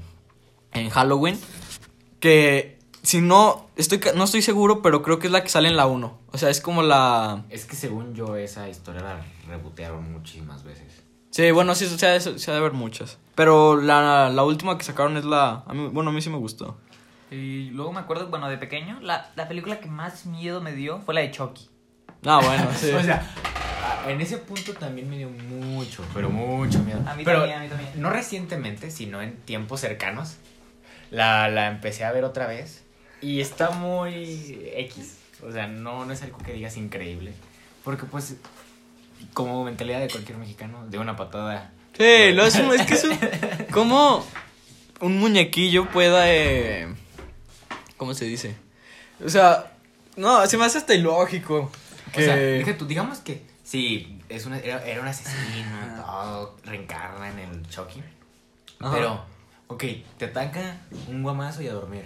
Speaker 1: en Halloween. Que si no, estoy, ca- no estoy seguro, pero creo que es la que sale en la 1. O sea, es como la.
Speaker 2: Es que según yo, esa historia la rebotearon muchísimas veces.
Speaker 1: Sí, bueno, sí, se ha, de- se ha de ver muchas. Pero la, la última que sacaron es la. a mí- bueno, a mí sí me gustó.
Speaker 3: Y luego me acuerdo, bueno, de pequeño, la, la película que más miedo me dio fue la de Chucky.
Speaker 1: Ah, bueno, sí.
Speaker 2: O sea, a- en ese punto también me dio mucho, pero mucho miedo.
Speaker 3: A mí
Speaker 2: Pero
Speaker 3: también, a mí también.
Speaker 2: No recientemente, sino en tiempos cercanos. La, la empecé a ver otra vez. Y está muy X. O sea, no, no es algo que digas increíble. Porque pues, como mentalidad de cualquier mexicano, de una patada.
Speaker 1: sí, lo es, un- es que es un. ¿Cómo un muñequillo pueda. eh, ¿Cómo se dice? O sea, no, se me hace hasta ilógico.
Speaker 2: O sea,
Speaker 1: que-
Speaker 2: deja tú, digamos que sí, es una, era, era un asesino, y todo, reencarna en el Chucky.
Speaker 1: Ajá.
Speaker 2: Pero, ok, te ataca un guamazo y a dormir.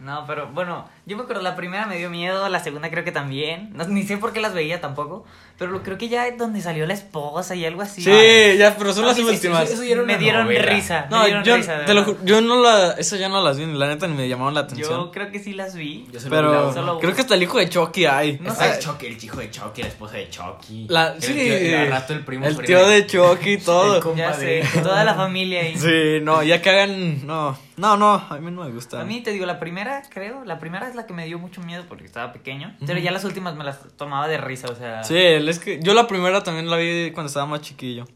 Speaker 3: No, pero bueno, yo me acuerdo, la primera me dio miedo, la segunda creo que también. No, ni sé por qué las veía tampoco, pero lo- creo que ya es donde salió la esposa y algo así.
Speaker 1: sí, ya, pero son
Speaker 2: a
Speaker 1: las
Speaker 2: mí sí, sí,
Speaker 1: últimas.
Speaker 2: sí, eso ya era
Speaker 3: me
Speaker 2: una
Speaker 3: dieron
Speaker 2: novela.
Speaker 3: risa. me
Speaker 1: No,
Speaker 3: dieron
Speaker 1: yo,
Speaker 3: risa, de
Speaker 1: te lo
Speaker 3: verdad.
Speaker 1: ju- yo no la, esas ya no las vi, la neta ni me llamaron la atención.
Speaker 3: Yo creo que sí las vi.
Speaker 2: Yo se lo
Speaker 1: pero
Speaker 2: vi la-
Speaker 3: solo-
Speaker 1: creo que hasta el hijo de Chucky hay.
Speaker 3: No
Speaker 2: Está
Speaker 3: sé.
Speaker 2: Chucky, el hijo de Chucky, la esposa de Chucky.
Speaker 1: La-
Speaker 2: el
Speaker 1: sí, eh,
Speaker 2: tío- y al rato el primo.
Speaker 1: el
Speaker 2: primo.
Speaker 1: tío de Chucky y
Speaker 2: El
Speaker 1: todo.
Speaker 2: compa
Speaker 3: Ya
Speaker 2: de-
Speaker 3: sé, toda la familia ahí.
Speaker 1: Sí, no, ya que hagan, no, no, no, a mí no me gusta.
Speaker 3: A mí te digo, la primera, creo, la primera es la que me dio mucho miedo porque estaba pequeño, pero
Speaker 1: Ujú.
Speaker 3: ya las últimas me las tomaba de risa, o sea...
Speaker 1: Sí, el- es que yo la primera también la vi cuando estaba más chiquillo.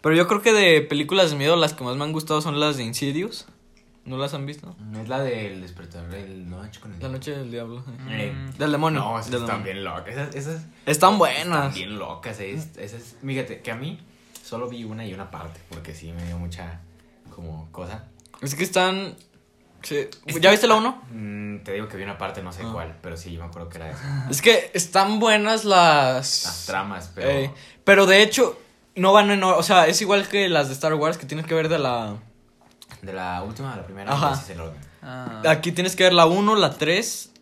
Speaker 1: Pero yo creo que de películas de miedo las que más me han gustado son las de Insidious. ¿No las han visto?
Speaker 2: No es la del despertador del noche con el
Speaker 1: La noche del diablo. sí.
Speaker 3: Mm.
Speaker 2: Eh,
Speaker 1: Del demonio.
Speaker 2: No, esas
Speaker 1: del
Speaker 2: están
Speaker 1: demonio.
Speaker 2: bien locas. Esas, esas
Speaker 1: Están buenas. Mm.
Speaker 2: están bien locas. es- esas, fíjate, que a mí solo vi una y una parte, porque sí me dio mucha como cosa.
Speaker 1: Es que están... sí.
Speaker 2: Es
Speaker 1: ¿Ya
Speaker 2: que-
Speaker 1: viste la uno?
Speaker 2: Mm, te digo que vi una parte, no sé
Speaker 1: Ah.
Speaker 2: cuál, pero sí, yo me acuerdo que era de esas,
Speaker 1: Es que están buenas las.
Speaker 2: las tramas, pero...
Speaker 1: Ey, pero de hecho, no van en. or- O sea, es igual que las de Star Wars que tienes que ver de la.
Speaker 2: De la última a la primera,
Speaker 1: Ajá.
Speaker 2: pues, es el orden.
Speaker 3: Ah.
Speaker 1: Aquí tienes que ver la 1, la 3.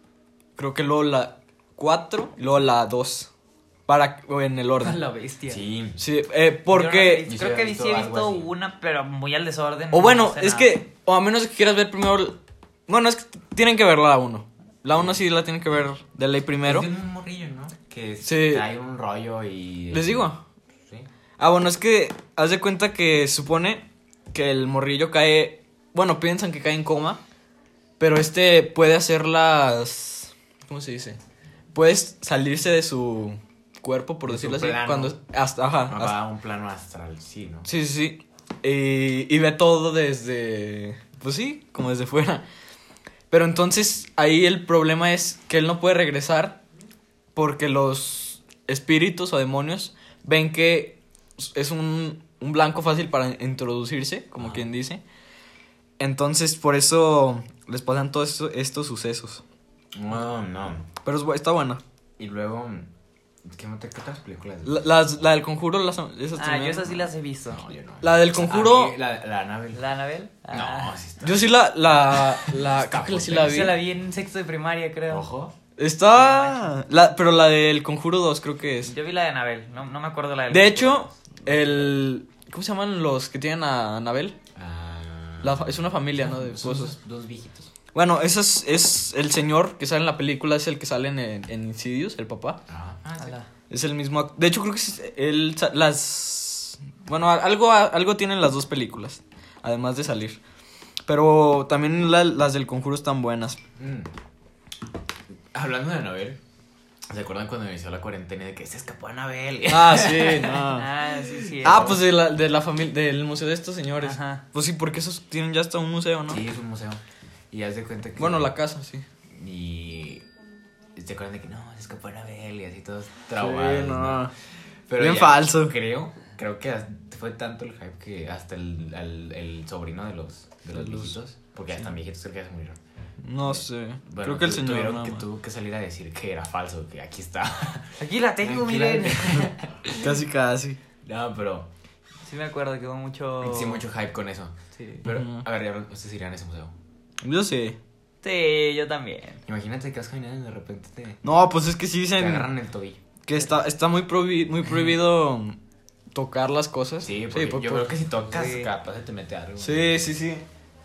Speaker 1: Creo que luego la 4. Y luego la 2. Para. o En el
Speaker 3: A
Speaker 1: orden.
Speaker 3: la bestia.
Speaker 2: Sí.
Speaker 1: Sí, eh,
Speaker 3: Yo
Speaker 1: porque.
Speaker 3: no la vi,
Speaker 2: Yo
Speaker 3: creo
Speaker 2: sí
Speaker 3: que
Speaker 2: había
Speaker 3: vi- sí
Speaker 2: visto
Speaker 3: he
Speaker 2: algo
Speaker 3: visto
Speaker 2: así.
Speaker 3: una, pero muy al desorden.
Speaker 1: O bueno,
Speaker 3: no sé
Speaker 1: es
Speaker 3: nada.
Speaker 1: que. O a menos que quieras ver primero. Bueno, es que tienen que verla la 1. La 1 sí la tienen que ver de ley primero.
Speaker 2: Es de un morrillo, ¿no? Que
Speaker 1: Sí.
Speaker 2: trae un rollo y...
Speaker 1: Les digo.
Speaker 2: Sí.
Speaker 1: Ah, bueno, es que haz de cuenta que supone que el morrillo cae. Bueno, piensan que cae en coma. Pero este puede hacer las. ¿Cómo se dice? Puedes salirse de su cuerpo, por
Speaker 2: De su
Speaker 1: decirlo así.
Speaker 2: plano.
Speaker 1: Cuando. Hasta, ajá.
Speaker 2: Ah,
Speaker 1: hasta-
Speaker 2: Va a un plano astral, sí, ¿no?
Speaker 1: sí, sí, sí. Y, y ve todo desde. Pues sí, como desde fuera. Pero entonces ahí el problema es que él no puede regresar porque los espíritus o demonios ven que es un, un blanco fácil para introducirse, como
Speaker 2: Ajá.
Speaker 1: quien dice. Entonces por eso les pasan todos esto- estos sucesos.
Speaker 2: No, no.
Speaker 1: Pero es bu- está buena.
Speaker 2: Y luego... ¿Qué, otra- qué otras películas?
Speaker 1: La, las- la del conjuro, las, esas
Speaker 3: Ah,
Speaker 1: también.
Speaker 3: yo esas sí las he visto.
Speaker 2: No, yo no.
Speaker 1: La del conjuro-
Speaker 2: A mí, la, la Anabel.
Speaker 3: ¿La Anabel? Ah.
Speaker 2: No, sí está.
Speaker 1: Yo sí la... la, la creo que sí la
Speaker 3: Yo
Speaker 1: vi.
Speaker 3: se la vi en sexto de primaria, creo.
Speaker 2: Ojo.
Speaker 1: Está... La, pero la del conjuro 2 creo que es.
Speaker 3: Yo vi la de Anabel, no, no me acuerdo la del
Speaker 1: De hecho, el... ¿Cómo se llaman los que tienen a Anabel?
Speaker 2: Ah.
Speaker 1: La fa- es una familia, ¿no? De
Speaker 2: Son
Speaker 1: esposos.
Speaker 2: dos, dos viejitos.
Speaker 1: Bueno, ese es, es el señor que sale en la película, es el que sale en, en Insidious, el papá.
Speaker 2: Ah.
Speaker 3: Ala.
Speaker 1: Es el mismo. ac- De hecho, creo que es él. sa- Las. Bueno, a- algo, a- algo tienen las dos películas, además de salir. Pero también la- las del conjuro están buenas.
Speaker 2: Mm. Hablando de Anabel, ¿se acuerdan cuando inició la cuarentena de que se escapó Anabel?
Speaker 1: Ah, sí, no.
Speaker 3: Ah, sí, sí.
Speaker 1: Ah, pues de la, de la familia, del museo de estos señores.
Speaker 3: Ajá.
Speaker 1: Pues sí, porque esos tienen ya hasta un museo, ¿no?
Speaker 2: Sí, es un museo. Y haz de cuenta que.
Speaker 1: Bueno, la casa, sí.
Speaker 2: Y. ¿Se acuerdan de que no? Se escapó Anabel y así todos
Speaker 1: Sí,
Speaker 2: traumados. ¿no?
Speaker 1: no. Bien falso.
Speaker 2: Creo, creo que as- fue tanto el hype que hasta el, al- el sobrino de los, de los
Speaker 1: De los-
Speaker 2: viejitos, porque ya están viejitos, creo que ya se murieron.
Speaker 1: No sé.
Speaker 2: Bueno,
Speaker 1: Creo que el
Speaker 2: tu-
Speaker 1: señor.
Speaker 2: tuvieron
Speaker 1: nada
Speaker 2: que
Speaker 1: más.
Speaker 2: tuvo que salir a decir que era falso, que aquí está.
Speaker 3: Aquí la tengo,
Speaker 2: Aquí la-
Speaker 3: miren.
Speaker 1: Casi, casi.
Speaker 2: no, pero
Speaker 3: Sí me acuerdo que hubo mucho...
Speaker 2: sí mucho hype con eso.
Speaker 3: Sí.
Speaker 2: Pero,
Speaker 1: Oh. Ujú.
Speaker 2: a ver, ya, ustedes irían a ese museo.
Speaker 1: Yo sé.
Speaker 3: Sí, yo también.
Speaker 2: Imagínate que vas caminando y de repente te, te
Speaker 1: No, pues es que sí dicen
Speaker 2: agarran el tobillo.
Speaker 1: que está, está muy, prohibi- muy prohibido tocar las cosas.
Speaker 2: Sí, porque
Speaker 1: por-
Speaker 2: yo
Speaker 1: por-
Speaker 2: creo que si tocas,
Speaker 3: Sí.
Speaker 2: capaz se te mete algo.
Speaker 1: sí, sí, sí.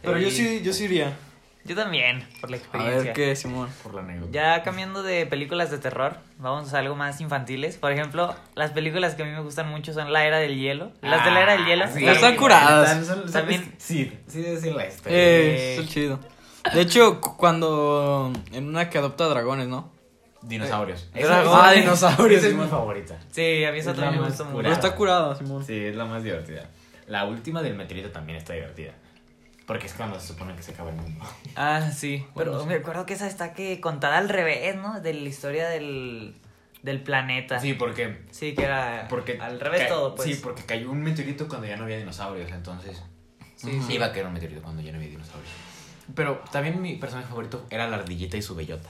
Speaker 1: Pero yo sí, yo sí iría.
Speaker 3: Yo también, por la
Speaker 1: A
Speaker 3: experiencia.
Speaker 1: ver qué, Simón.
Speaker 2: Por la anécdota.
Speaker 3: Ya cambiando de películas de terror, vamos a algo más infantiles. Por ejemplo, las películas que a mí me gustan mucho son La Era del Hielo. Las de La Era del
Speaker 2: Ah,
Speaker 3: Hielo.
Speaker 1: sí. Están curadas.
Speaker 3: También-
Speaker 2: También. Sí, sí, decir la historia.
Speaker 1: Eh, eso es chido. De hecho, cu- cuando. En una que adopta dragones, ¿no?
Speaker 2: Dinosaurios.
Speaker 3: Eh,
Speaker 2: Esa-
Speaker 3: dragones.
Speaker 2: Ah,
Speaker 1: Dinosaurios,
Speaker 2: Esa es
Speaker 1: sí,
Speaker 2: mi
Speaker 1: man.
Speaker 2: favorita.
Speaker 3: Sí, a mí esa
Speaker 2: Es
Speaker 3: también
Speaker 2: la
Speaker 3: me
Speaker 2: más
Speaker 3: gusta mucho.
Speaker 1: Pero
Speaker 2: curada.
Speaker 1: está curada, Simón.
Speaker 2: Sí, es la más divertida. La última del meteorito también está divertida. Porque es cuando se supone que se acaba el mundo.
Speaker 3: Ah, sí. Pero
Speaker 2: pues
Speaker 1: Bueno, sí.
Speaker 3: me acuerdo que esa está que contada al revés, ¿no? De la historia del, del planeta.
Speaker 2: Sí, porque.
Speaker 3: Sí, que era
Speaker 2: porque
Speaker 3: Ah. al revés
Speaker 2: ca-
Speaker 3: todo, pues.
Speaker 2: Sí, porque cayó un meteorito cuando ya no había dinosaurios, entonces. Sí,
Speaker 3: sí.
Speaker 2: Iba a caer un meteorito cuando ya no había dinosaurios. Pero también mi personaje favorito era la ardillita y su bellota.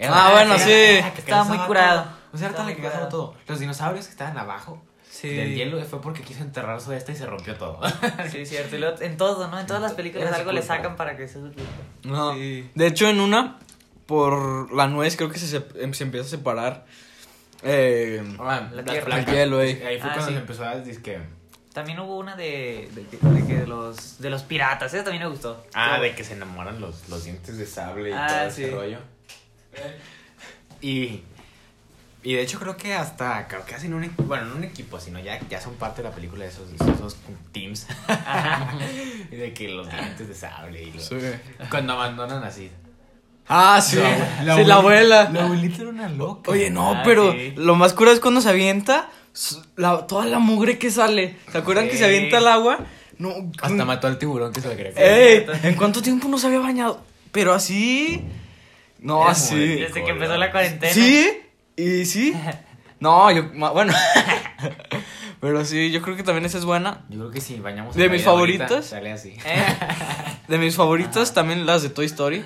Speaker 1: Ah, bueno, sí.
Speaker 2: la que
Speaker 3: Estaba muy
Speaker 2: cazaba
Speaker 3: curado.
Speaker 2: todo. O sea, era
Speaker 3: Estaba
Speaker 2: tan la
Speaker 3: muy
Speaker 2: que cazaba
Speaker 3: curado.
Speaker 2: todo. Los dinosaurios que estaban abajo
Speaker 3: Sí.
Speaker 2: del hielo fue porque quiso enterrar su esta y se rompió todo.
Speaker 3: Sí, cierto. Y luego, en todo, ¿no? En todas las películas
Speaker 2: Era su
Speaker 3: algo le
Speaker 2: culpa.
Speaker 3: sacan para que se suplique.
Speaker 1: No.
Speaker 3: Sí.
Speaker 1: De hecho, en una, por la nuez, creo que se, sep- em- se empieza a separar. Eh,
Speaker 2: Ah,
Speaker 3: La
Speaker 2: las
Speaker 3: tierra.
Speaker 2: placas.
Speaker 1: El hielo, eh.
Speaker 2: Ahí fue
Speaker 3: Ah,
Speaker 2: cuando
Speaker 3: sí.
Speaker 2: se empezó a decir que.
Speaker 3: También hubo una de, de, de que de los, de los piratas. Esa también me gustó.
Speaker 2: Ah,
Speaker 3: Estuvo-
Speaker 2: de que se enamoran los, los dientes de sable y
Speaker 3: Ah,
Speaker 2: todo
Speaker 3: sí.
Speaker 2: ese rollo. Eh. Y, y de hecho creo que hasta, creo que hacen un, equ- bueno, no un equipo, sino ya, ya son parte de la película de esos, esos, esos teams. Y de que los dientes de sable y los...
Speaker 1: sí.
Speaker 2: Cuando abandonan así.
Speaker 1: Ah, sí.
Speaker 2: La
Speaker 1: sí, la abuela.
Speaker 2: La abuelita era una loca.
Speaker 1: Oye, no,
Speaker 3: Ah,
Speaker 1: pero
Speaker 3: sí.
Speaker 1: lo más cura es cuando se avienta s- la- toda la mugre que sale. ¿Se acuerdan que se
Speaker 3: Sí.
Speaker 1: avienta al agua? No.
Speaker 2: Hasta mató al tiburón que se le quería comer.
Speaker 1: ¡Ey! ¿En cuánto tiempo no se había bañado? Pero así. No,
Speaker 2: Era
Speaker 1: así.
Speaker 2: muy-
Speaker 3: Desde que empezó la cuarentena.
Speaker 1: ¿Sí? ¿Y sí? No, yo. ma- Bueno. pero sí, yo creo que también esa es buena.
Speaker 2: Yo creo que si bañamos... a
Speaker 1: ¿De mis
Speaker 2: María ahorita,
Speaker 1: favoritas?
Speaker 2: Sale así.
Speaker 3: ¿Eh?
Speaker 1: De mis favoritas, también las de Toy Story.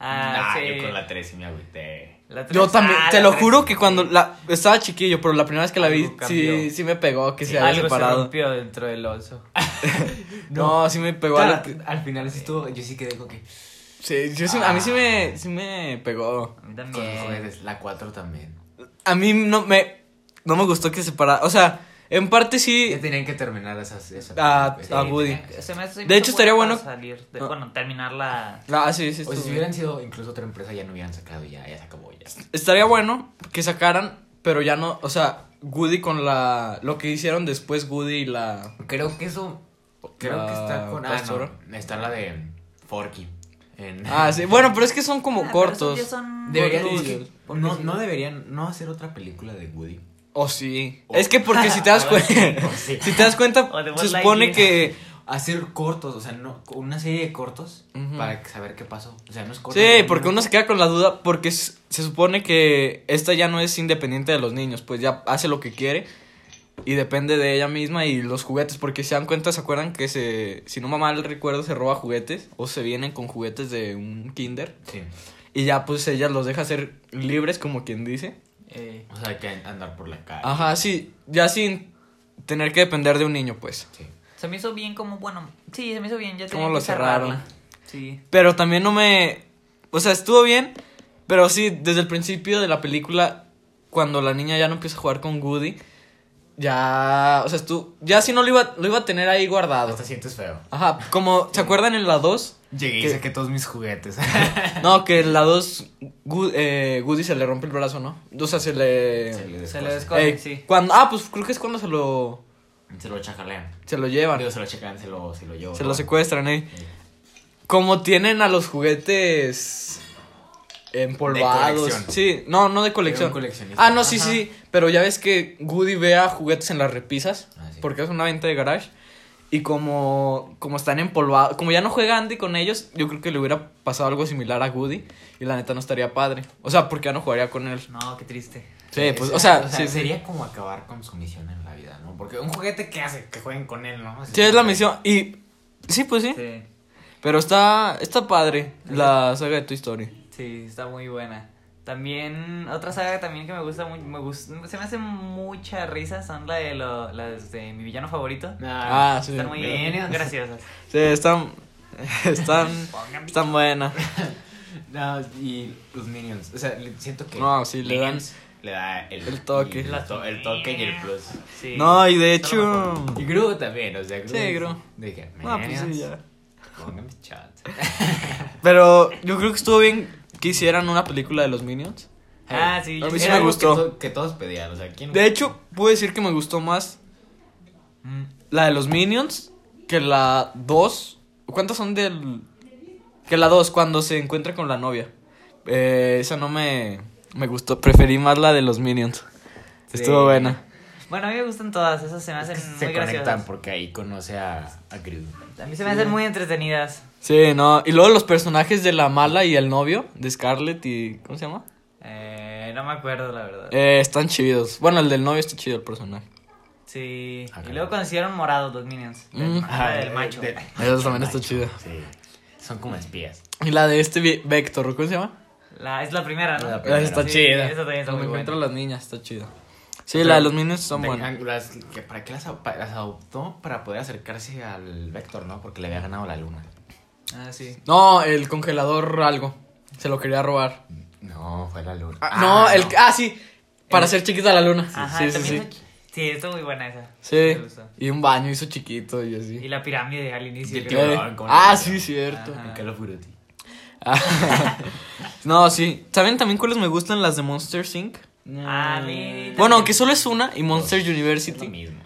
Speaker 3: Ah,
Speaker 2: Nah,
Speaker 3: sí.
Speaker 2: yo con la 3 me agüité.
Speaker 3: La tres-
Speaker 1: Yo también,
Speaker 3: ah,
Speaker 1: te
Speaker 3: la
Speaker 1: lo
Speaker 3: tres-
Speaker 1: juro que cuando la estaba chiquillo, pero la primera vez que la vi
Speaker 3: Algo cambió.
Speaker 1: sí, sí me pegó que se había
Speaker 3: Algo se
Speaker 1: separado.
Speaker 3: rompió dentro del oso.
Speaker 1: no, sí me pegó.
Speaker 2: Claro,
Speaker 3: Ah.
Speaker 1: a la pri-
Speaker 2: Ah, al final sí estuvo, yo sí quedé con que... "Pues,
Speaker 1: sí, yo sí- a
Speaker 3: Ah.
Speaker 1: mí sí me, sí me pegó.
Speaker 3: A
Speaker 2: Con
Speaker 3: mí
Speaker 2: los
Speaker 3: también.
Speaker 2: juguetes, la 4 también.
Speaker 1: A mí no me no me gustó que se separara, o sea, en parte
Speaker 2: Ya
Speaker 1: sí
Speaker 2: tenían que terminar esas. esas pues.
Speaker 1: Ah,
Speaker 2: películas.
Speaker 1: ah, Woody.
Speaker 2: tenían-
Speaker 3: Se me hace
Speaker 1: De
Speaker 3: mucho
Speaker 1: hecho, estaría
Speaker 3: para
Speaker 1: bueno- Ah.
Speaker 3: Salir de-
Speaker 1: No.
Speaker 3: Bueno, terminar la.
Speaker 1: Ah, sí, sí,
Speaker 3: Pues,
Speaker 2: O sea,
Speaker 1: estuvo
Speaker 2: si
Speaker 1: bien.
Speaker 2: hubieran sido incluso otra empresa, ya no hubieran sacado, ya, ya se acabó, ya.
Speaker 1: Estaría bueno que sacaran, pero ya no, o sea, Woody con la lo que hicieron después Woody y la
Speaker 2: Creo que eso. Creo que
Speaker 1: Ah,
Speaker 2: está con. Ah,
Speaker 1: Pastora.
Speaker 2: no, está la de Forky. en-
Speaker 1: Ah, sí, bueno, pero es que son como
Speaker 3: Ah, pero esos
Speaker 1: cortos.
Speaker 3: ya son-
Speaker 2: Deberían.
Speaker 1: Cortos.
Speaker 2: es que No, no deberían no hacer otra película de Woody.
Speaker 1: Oh, sí.
Speaker 2: O-
Speaker 1: Es que porque si te das
Speaker 2: Ahora sí,
Speaker 1: cuenta,
Speaker 2: o sí.
Speaker 1: si te das cuenta,
Speaker 3: O de Buzz
Speaker 1: se supone
Speaker 3: Lightyear.
Speaker 1: que
Speaker 2: Hacer cortos, o sea, no, una serie de cortos
Speaker 1: Ujú.
Speaker 2: para saber qué pasó. O sea, no es corto.
Speaker 1: Sí,
Speaker 2: no-
Speaker 1: porque uno se queda con la duda porque s- se supone que esta ya no es independiente de los niños, pues ya hace lo que quiere y depende de ella misma y los juguetes, porque si se dan cuenta, se acuerdan que se, si no mal recuerdo, se roba juguetes o se vienen con juguetes de un kinder
Speaker 2: Sí.
Speaker 1: y ya pues ella los deja ser libres como quien dice.
Speaker 3: Eh,
Speaker 2: O sea, hay que andar por la calle.
Speaker 1: Ajá, sí, ya sin tener que depender de un niño, pues.
Speaker 2: Sí.
Speaker 3: se me hizo bien como. Bueno, sí, se me hizo bien. Ya
Speaker 1: ¿Cómo
Speaker 3: tenía
Speaker 1: lo
Speaker 3: que cerrarla.
Speaker 1: cerraron?
Speaker 3: Sí.
Speaker 1: Pero también no me. O sea, estuvo bien. Pero sí, desde el principio de la película, cuando la niña ya no empieza a jugar con Woody, ya. O sea, tú. Ya si no lo iba, lo iba a tener ahí guardado.
Speaker 2: Hasta sientes feo.
Speaker 1: Ajá, como. ¿Se acuerdan en la 2?
Speaker 2: Llegué
Speaker 1: ¿Qué?
Speaker 2: y saqué todos mis juguetes.
Speaker 1: No, que en la 2 Woody, se le rompe el brazo, ¿no? O sea, se le.
Speaker 2: Se le
Speaker 3: Se le
Speaker 2: descosa.
Speaker 3: descosa,
Speaker 1: Ey,
Speaker 3: sí.
Speaker 1: cuando, ah, pues creo que es cuando se lo.
Speaker 2: Se lo chacalean.
Speaker 1: Se lo llevan.
Speaker 2: Digo, se lo checan, se lo, se lo llevan.
Speaker 1: Se lo secuestran, eh. Como tienen a los juguetes. empolvados.
Speaker 2: De colección.
Speaker 1: sí, no, no de colección.
Speaker 2: Era un coleccionista.
Speaker 1: Ah, no, sí,
Speaker 3: Ajá.
Speaker 1: sí, pero ya ves que Woody vea juguetes en las repisas,
Speaker 2: Ah, sí.
Speaker 1: porque es una venta de garage. Y como, como están empolvados, como ya no juega Andy con ellos, yo creo que le hubiera pasado algo similar a Woody y la neta no estaría padre. O sea, porque ya no jugaría con él.
Speaker 3: No, qué triste.
Speaker 1: Sí, pues, o sea, sí, sí.
Speaker 2: sería como acabar con su misión en la vida, ¿no? Porque un juguete que hace que jueguen con él, ¿no? Así
Speaker 1: Sí, es la misión. Y sí, pues sí.
Speaker 3: Sí,
Speaker 1: Pero está, está padre la saga de Toy Story.
Speaker 3: sí, está muy buena. También, otra saga también que me gusta muy, me gusta, se me hace mucha risa son la de, lo- las de mi villano favorito.
Speaker 1: Ah, sí.
Speaker 3: Están muy
Speaker 2: Millennials.
Speaker 3: graciosas.
Speaker 1: Sí, están, están, están buenas.
Speaker 2: No, y los Minions. O sea, le- siento que.
Speaker 1: No, sí, le dan-
Speaker 2: Minions Le da el,
Speaker 1: el toque.
Speaker 2: El, to- el toque y el plus.
Speaker 3: Sí.
Speaker 1: No, y de
Speaker 3: Son lo
Speaker 1: hecho...
Speaker 3: mejor.
Speaker 2: Y Gru también, o sea, Gru.
Speaker 1: Mm. Sí,
Speaker 2: es-
Speaker 1: Gru.
Speaker 2: De que,
Speaker 1: No, pues sí,
Speaker 2: Minions,
Speaker 1: ya.
Speaker 2: pongan mis chats.
Speaker 1: Pero yo creo que estuvo bien que hicieran una película de los Minions.
Speaker 3: Ah, sí,
Speaker 1: A
Speaker 3: yo-
Speaker 1: mí sí
Speaker 2: Era
Speaker 1: me
Speaker 2: algo
Speaker 1: gustó.
Speaker 2: Que, to- que todos pedían, o sea, ¿quién?
Speaker 1: De hecho, puedo decir que me gustó más
Speaker 3: Mm,
Speaker 1: la de los Minions que la 2. ¿Cuántas son del...? Que la 2, cuando se encuentra con la novia. Eh, esa no me, me gustó. Preferí más la de los Minions.
Speaker 2: Sí.
Speaker 1: Estuvo buena.
Speaker 3: Bueno, a mí me gustan todas, esas se me hacen
Speaker 2: Es que
Speaker 3: muy
Speaker 2: se
Speaker 3: graciosas.
Speaker 2: conectan porque ahí conoce a, a Gru.
Speaker 3: A mí se me hacen muy entretenidas.
Speaker 1: Sí, no. Y luego los personajes de la mala y el novio de Scarlett y... ¿Cómo se llama?
Speaker 3: Eh, no me acuerdo, la verdad.
Speaker 1: Eh, están chidos. Bueno, el del novio está chido el personaje.
Speaker 3: Sí.
Speaker 2: Ah,
Speaker 3: y
Speaker 2: caray.
Speaker 3: luego cuando se hicieron morados los minions.
Speaker 1: Mm.
Speaker 3: Ah, del
Speaker 2: de-
Speaker 3: macho.
Speaker 2: eh, de-
Speaker 1: Eso también está
Speaker 2: macho,
Speaker 1: chido.
Speaker 2: Sí. Son como espías.
Speaker 1: Y la de este vi- Vector, ¿cómo se llama?
Speaker 3: La, es la primera, ¿no?
Speaker 2: La
Speaker 1: Esa
Speaker 2: primera.
Speaker 1: está
Speaker 3: Sí,
Speaker 1: chida.
Speaker 3: esa también está
Speaker 1: Cuando
Speaker 3: muy
Speaker 1: encuentro
Speaker 3: buena.
Speaker 1: a las niñas, está chida. Sí, la de los minions son
Speaker 2: Tengan-
Speaker 1: buenas.
Speaker 2: las- que- ¿Para qué las, a- pa- las adoptó? Para poder acercarse al Vector, ¿no? Porque le había ganado la luna.
Speaker 3: Ah, sí.
Speaker 1: No, el congelador algo. Se lo quería robar.
Speaker 2: No, fue la luna.
Speaker 1: Ah, no, el. Ah, sí. Para hacer chiquita la luna.
Speaker 3: Ajá,
Speaker 1: sí, sí,
Speaker 3: también
Speaker 1: sí.
Speaker 3: está ch- Sí, está muy buena esa.
Speaker 1: Sí.
Speaker 3: Me gustó.
Speaker 1: Y un baño hizo chiquito y así.
Speaker 3: Y la pirámide al inicio.
Speaker 2: Y el
Speaker 1: Sí.
Speaker 3: creo.
Speaker 2: tiburón. ¿cómo
Speaker 1: Ah,
Speaker 2: no?
Speaker 1: sí, cierto.
Speaker 3: Ajá.
Speaker 2: En Call of Duty.
Speaker 1: no, sí. ¿Saben también cuáles me gustan las de Monster Inc?
Speaker 3: Ah, mira.
Speaker 1: Bueno, aunque solo es una y Monster
Speaker 2: Es lo
Speaker 1: University.
Speaker 2: mismo.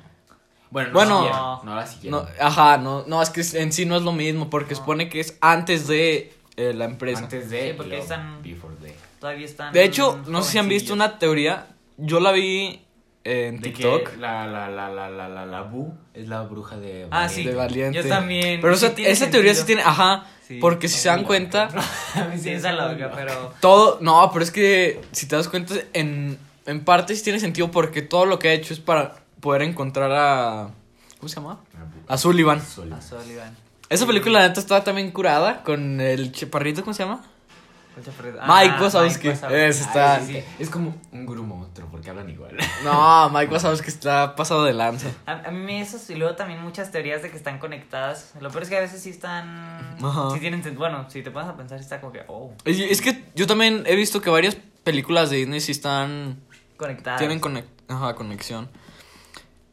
Speaker 2: Bueno, no,
Speaker 1: Bueno,
Speaker 2: la siguieron, no la
Speaker 1: No,
Speaker 2: siguieron.
Speaker 1: ajá, no, no, es que en sí no es lo mismo
Speaker 3: Ah.
Speaker 1: porque supone que es antes de eh, la empresa.
Speaker 2: Antes de.
Speaker 3: Sí, porque
Speaker 2: y luego
Speaker 3: están-
Speaker 2: Before the.
Speaker 3: Todavía están.
Speaker 1: De hecho, no sé si han visto
Speaker 3: Ah, jovencillos.
Speaker 1: una teoría. Yo la vi en
Speaker 2: De
Speaker 1: TikTok.
Speaker 2: que la, la, la, la, la, la, la Bu es la bruja de.
Speaker 3: Ah, sí.
Speaker 1: De valiente.
Speaker 3: Yo también.
Speaker 1: Pero
Speaker 3: Sí
Speaker 1: esa,
Speaker 3: tiene
Speaker 1: esa teoría sí
Speaker 3: sentido.
Speaker 1: tiene. Ajá.
Speaker 3: Sí,
Speaker 1: porque si
Speaker 3: está
Speaker 1: se dan
Speaker 3: muy
Speaker 1: cuenta.
Speaker 3: Sí, está loca, pero.
Speaker 1: Todo. No, pero es que si te das cuenta, en, en parte sí tiene sentido porque todo lo que ha hecho es para poder encontrar a. ¿Cómo se llama? A Sullivan.
Speaker 2: Azul.
Speaker 3: Pasó, Iván.
Speaker 1: Esa película, la neta, estaba también curada con el chaparrito, ¿cómo se llama?
Speaker 3: Concha Fred-
Speaker 1: Mike
Speaker 3: Ah,
Speaker 1: Wazowski.
Speaker 3: Mike Wazowski.
Speaker 1: Ese está-
Speaker 3: Ay, sí, sí.
Speaker 2: Ah, Es como un guru monstruo porque hablan igual.
Speaker 1: No, Mike, sabes que está pasado de lanza.
Speaker 3: A, a mí esos y luego también muchas teorías de que están conectadas. Lo peor es que a veces sí están.
Speaker 1: Ajá.
Speaker 3: Sí tienen. sen- Bueno, si te pones a pensar, está como que. Oh,
Speaker 1: Es, es que yo también he visto que varias películas de Disney sí están.
Speaker 3: conectadas.
Speaker 1: Tienen conec- ajá, conexión.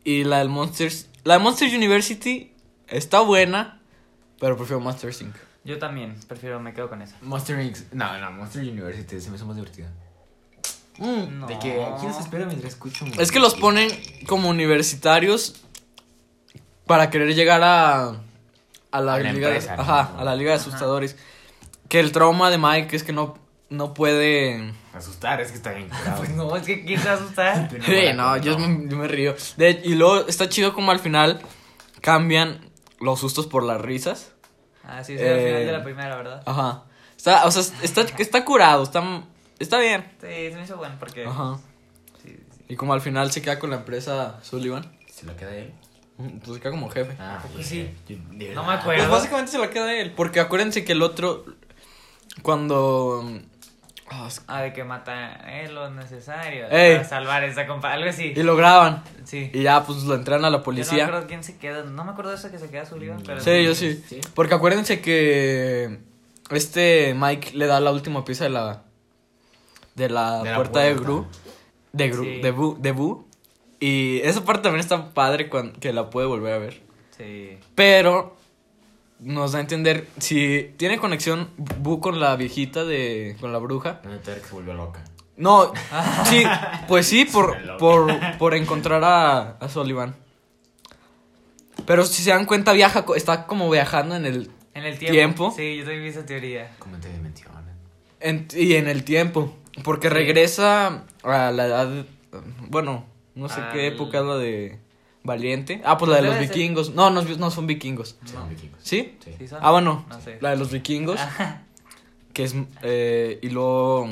Speaker 1: Y la del Monsters. La de Monsters University está buena, pero prefiero Monsters Inc.
Speaker 3: Yo también, prefiero, me quedo con esa.
Speaker 2: Monster Inc. No, no, Monster University se me hizo más divertida.
Speaker 1: Mm,
Speaker 3: No.
Speaker 2: De que, ¿quién se espera mientras escucho? mi-
Speaker 1: Es que los ponen como universitarios para querer llegar a. A la,
Speaker 2: A la
Speaker 1: liga
Speaker 2: empresa,
Speaker 1: de,
Speaker 2: ¿no?
Speaker 1: ajá, a la liga de
Speaker 3: Ajá.
Speaker 1: asustadores. Que el trauma de Mike es que no, no puede.
Speaker 2: Asustar, es que está bien.
Speaker 3: Pues no, es que ¿quién se va a asustar?
Speaker 1: Sí, no, yo me, yo me río. De- y luego está chido como al final cambian los sustos por las risas.
Speaker 3: Ah, sí, es al final
Speaker 1: Eh.
Speaker 3: de la primera, ¿verdad?
Speaker 1: Ajá. Está, o sea, está, está curado, está, está bien.
Speaker 3: Sí, se me hizo bueno porque.
Speaker 1: Ajá.
Speaker 3: Sí, sí, sí.
Speaker 1: Y como al final se queda con la empresa Sullivan,
Speaker 2: ¿Se lo queda él?
Speaker 1: pues se queda como jefe.
Speaker 2: Ah,
Speaker 3: pues sí.
Speaker 2: yo- de
Speaker 3: No me
Speaker 2: verdad.
Speaker 3: acuerdo.
Speaker 1: Pues básicamente se la queda él, porque acuérdense que el otro, cuando... ah, es-
Speaker 3: Ah, de que mata eh, lo necesario
Speaker 1: Ey.
Speaker 3: para salvar esa compa. Algo así.
Speaker 1: Y lo graban,
Speaker 3: Sí.
Speaker 1: y ya pues lo entrenan a la
Speaker 3: Yo no me
Speaker 1: policía. Mm.
Speaker 3: acuerdo quién se queda. No me acuerdo de eso que se queda Sullivan, pero.
Speaker 1: Sí, yo sí.
Speaker 2: Sí.
Speaker 1: Porque acuérdense que este Mike le da la última pieza de la... De la,
Speaker 2: De la
Speaker 1: puerta, de
Speaker 2: puerta.
Speaker 1: Gru. De Gru,
Speaker 3: Sí.
Speaker 1: de Bu, de Bu. Y esa parte también está padre cuan- que la puede volver a ver.
Speaker 3: Sí.
Speaker 1: Pero nos da a entender si tiene conexión Bu con la viejita de con la bruja.
Speaker 2: No me acuerdo que se volvió loca.
Speaker 1: No, sí, pues sí por
Speaker 2: Súper loca.
Speaker 1: por, por encontrar a, a Sullivan. Pero si se dan cuenta viaja co- está como viajando en el
Speaker 3: En el tiempo.
Speaker 1: Tiempo.
Speaker 3: Sí, yo también vi esa teoría.
Speaker 2: Como te mencionan.
Speaker 1: En- y en el tiempo. Porque regresa a la edad. Bueno, no sé qué
Speaker 2: Al-
Speaker 1: época es la de. Valiente. Ah, pues la de los
Speaker 3: Debe ser.
Speaker 1: vikingos. No, no, no son vikingos.
Speaker 2: Son vikingos.
Speaker 1: ¿Sí?
Speaker 2: Sí.
Speaker 3: ¿Sí son?
Speaker 1: Ah, bueno.
Speaker 3: No sé.
Speaker 1: La de los vikingos. Que es. eh, y luego.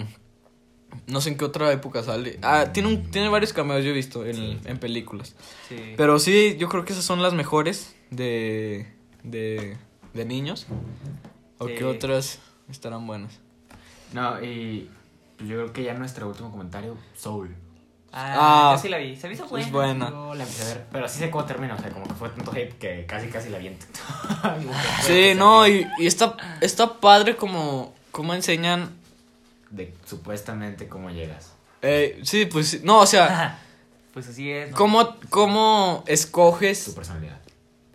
Speaker 1: No sé en qué otra época sale. Ah, tiene, un, tiene varios cameos, yo he visto en, en películas.
Speaker 3: Sí.
Speaker 1: Pero sí, yo creo que esas son las mejores de. de. de niños. O
Speaker 3: Sí.
Speaker 1: que otras estarán buenas.
Speaker 2: No, y pues yo creo que ya nuestro último comentario, Soul.
Speaker 3: Ah,
Speaker 1: Ah,
Speaker 3: yo sí la vi. Se me hizo buena.
Speaker 1: Es buena.
Speaker 2: Yo la empecé a ver, pero sí sé cómo termina, o sea, como que fue tanto hype que casi casi la vi en TikTok. pues,
Speaker 1: Sí, no, y, y está, está padre como, como enseñan.
Speaker 2: De supuestamente cómo llegas.
Speaker 1: eh, sí, pues sí, no, o sea,
Speaker 3: Ajá. Pues así es. ¿no?
Speaker 1: cómo, cómo
Speaker 2: Tu
Speaker 1: escoges.
Speaker 2: personalidad.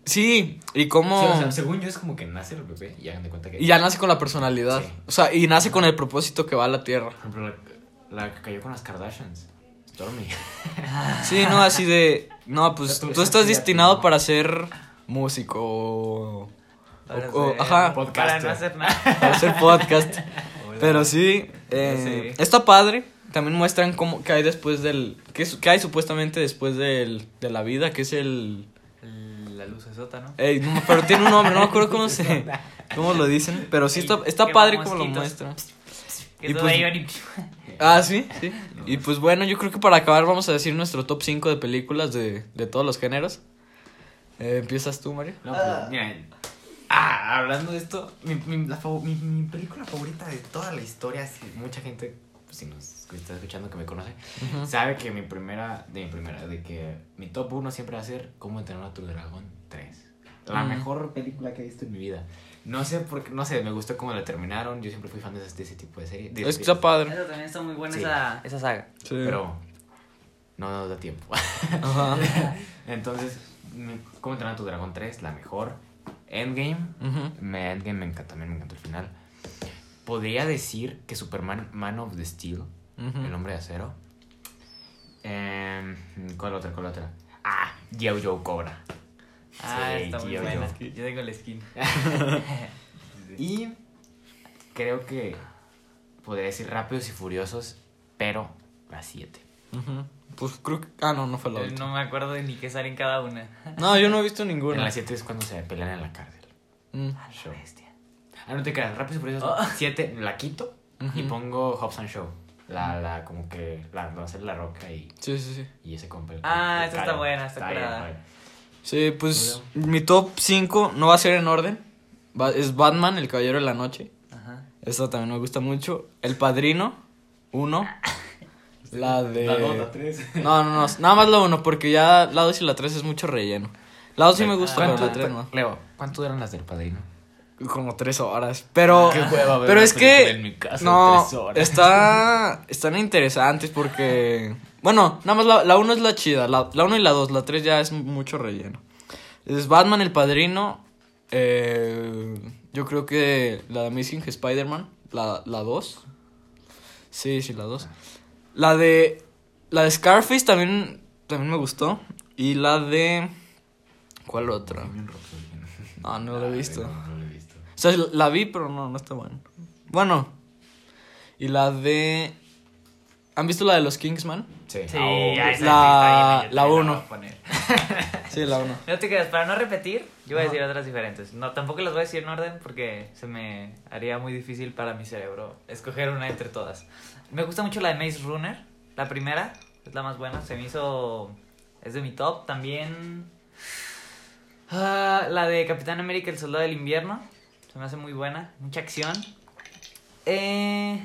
Speaker 1: Sí, y cómo.
Speaker 2: Sí, o sea, según yo es como que nace el bebé y hagan de cuenta que.
Speaker 1: Y ya nace con la personalidad.
Speaker 2: Sí.
Speaker 1: O sea, y nace con el propósito que va a la tierra.
Speaker 2: Por ejemplo, la, la que cayó con las Kardashians. Stormy.
Speaker 1: Sí, no, así de. No,
Speaker 2: O
Speaker 1: pues
Speaker 2: sea, tú-
Speaker 1: tú,
Speaker 2: tú
Speaker 1: estás
Speaker 2: ya-
Speaker 1: destinado para ser músico o.
Speaker 3: Para
Speaker 1: o-
Speaker 3: hacer-
Speaker 1: ajá.
Speaker 3: Para
Speaker 2: Podcaster.
Speaker 3: no hacer nada.
Speaker 1: para hacer podcast. Pero sí, eh,
Speaker 3: Sí.
Speaker 1: está padre. También muestran cómo, qué hay después del. Qué, su- qué hay supuestamente después del, de la vida, que es el.
Speaker 3: La luz esota, ¿no?
Speaker 1: Ey, no, pero tiene un nombre, no me acuerdo cómo se cómo lo dicen, pero sí
Speaker 3: El
Speaker 1: está, está
Speaker 3: quema
Speaker 1: padre como lo
Speaker 3: mosquitos.
Speaker 1: muestra.
Speaker 3: Que
Speaker 1: Y
Speaker 3: todo
Speaker 1: pues-
Speaker 3: ahí van y-
Speaker 1: Ah, sí, sí. Y pues bueno, yo creo que para acabar vamos a decir nuestro top 5 de películas de, de todos los géneros. Eh, ¿Empiezas tú, Mario?
Speaker 2: No, pues, mira. Ah, hablando de esto, mi, mi, la fav- mi- mi película favorita de toda la historia, si mucha gente, pues, si nos está escuchando que me conoce, sabe que mi primera, de mi primera, de que mi top 1 siempre va a ser Cómo entrenar a tu dragón 3. La
Speaker 1: Mm.
Speaker 2: mejor película que he visto en mi vida. No sé por qué, no sé, me gustó cómo la terminaron. Yo siempre fui fan de ese, de ese tipo de series. de-
Speaker 1: Es que
Speaker 2: de-
Speaker 1: está padre.
Speaker 3: Esa también está muy buena
Speaker 2: Sí.
Speaker 3: esa, esa saga.
Speaker 1: Sí.
Speaker 2: Pero no nos da tiempo.
Speaker 1: Ajá.
Speaker 2: Entonces, mi- ¿cómo entrenar a tu dragón 3? La mejor. Endgame.
Speaker 1: Ujú.
Speaker 2: Me, Endgame me encanta, también me encantó el final. Podría decir que Superman, Man of the Steel,
Speaker 1: Ujú.
Speaker 2: el hombre de acero. Em, ¿Cuál otra? ¿Cuál otra? Ah, G.I. Joe Cobra.
Speaker 3: Ah,
Speaker 2: Sí,
Speaker 3: está muy
Speaker 2: G.I. Joe.
Speaker 3: buena. Yo tengo la skin.
Speaker 2: Y creo que podría decir Rápidos y Furiosos, pero la 7.
Speaker 1: Ujú. Pues creo que. Ah, no, no fue la
Speaker 3: Yo
Speaker 1: última.
Speaker 3: Eh, No me acuerdo de ni qué sale en cada una.
Speaker 1: No, yo no he visto
Speaker 2: En
Speaker 1: ninguna.
Speaker 2: la 7 es cuando se pelean en la cárcel.
Speaker 1: Mm.
Speaker 3: A la
Speaker 2: Show.
Speaker 3: bestia.
Speaker 2: Ah, no te creas, Rápidos y Furiosos
Speaker 3: Oh.
Speaker 2: 7 la quito y
Speaker 1: Ujú.
Speaker 2: pongo Hobbs and Show. La, la, como que la, donde hacer la roca y
Speaker 1: Sí, sí, sí.
Speaker 2: Y ese compa. el-
Speaker 3: Ah,
Speaker 2: el
Speaker 3: esa está
Speaker 2: Kyle.
Speaker 3: buena, está
Speaker 2: bien
Speaker 3: curada.
Speaker 2: padre.
Speaker 1: Sí, pues mi top 5 no va a ser en orden. Va- es Batman, El Caballero de la Noche.
Speaker 3: Ajá.
Speaker 1: Esta también me gusta mucho. El Padrino, uno. La de.
Speaker 2: La dos, la tres.
Speaker 1: No, no, no. Nada más la uno, porque ya la dos y la tres es mucho relleno. La dos sí me gusta, pero
Speaker 2: ¿Cuánto-
Speaker 1: la tres no.
Speaker 2: Leo, ¿cuánto eran las del padrino?
Speaker 1: Como tres horas. Pero.
Speaker 2: Ah, Qué hueva ver
Speaker 1: pero
Speaker 2: una
Speaker 1: es que.
Speaker 2: película en mi casa de
Speaker 1: no.
Speaker 2: tres horas.
Speaker 1: Está, están interesantes porque. Bueno, nada más la, la uno es la chida. La, la uno y la dos. La tres ya es mucho relleno. Es Batman, el padrino. eh, yo creo que la de Amazing Spider-Man. La, la dos. Sí, sí, la dos. La de. La de Scarface también. También me gustó. Y la de. ¿Cuál otra? No, no la he
Speaker 2: Ay,
Speaker 1: visto.
Speaker 2: No, no lo he visto.
Speaker 1: O sea, la vi, pero no, no está bueno. Bueno. Y la de... ¿Han visto la de los Kingsman?
Speaker 2: Sí.
Speaker 3: Sí,
Speaker 2: Ah,
Speaker 3: ya, esa sí
Speaker 1: La-
Speaker 3: está bien, yo
Speaker 1: la
Speaker 3: también
Speaker 1: uno.
Speaker 3: voy a poner.
Speaker 1: Sí, la uno.
Speaker 3: No te creas, para no repetir, yo voy a
Speaker 1: Ajá.
Speaker 3: decir otras diferentes. No, tampoco las voy a decir en orden porque se me haría muy difícil para mi cerebro escoger una entre todas. Me gusta mucho la de Maze Runner, la primera, es la más buena, se me hizo... es de mi top. También ah, la de Capitán América, el Soldado del Invierno, se me hace muy buena, mucha acción. Eh,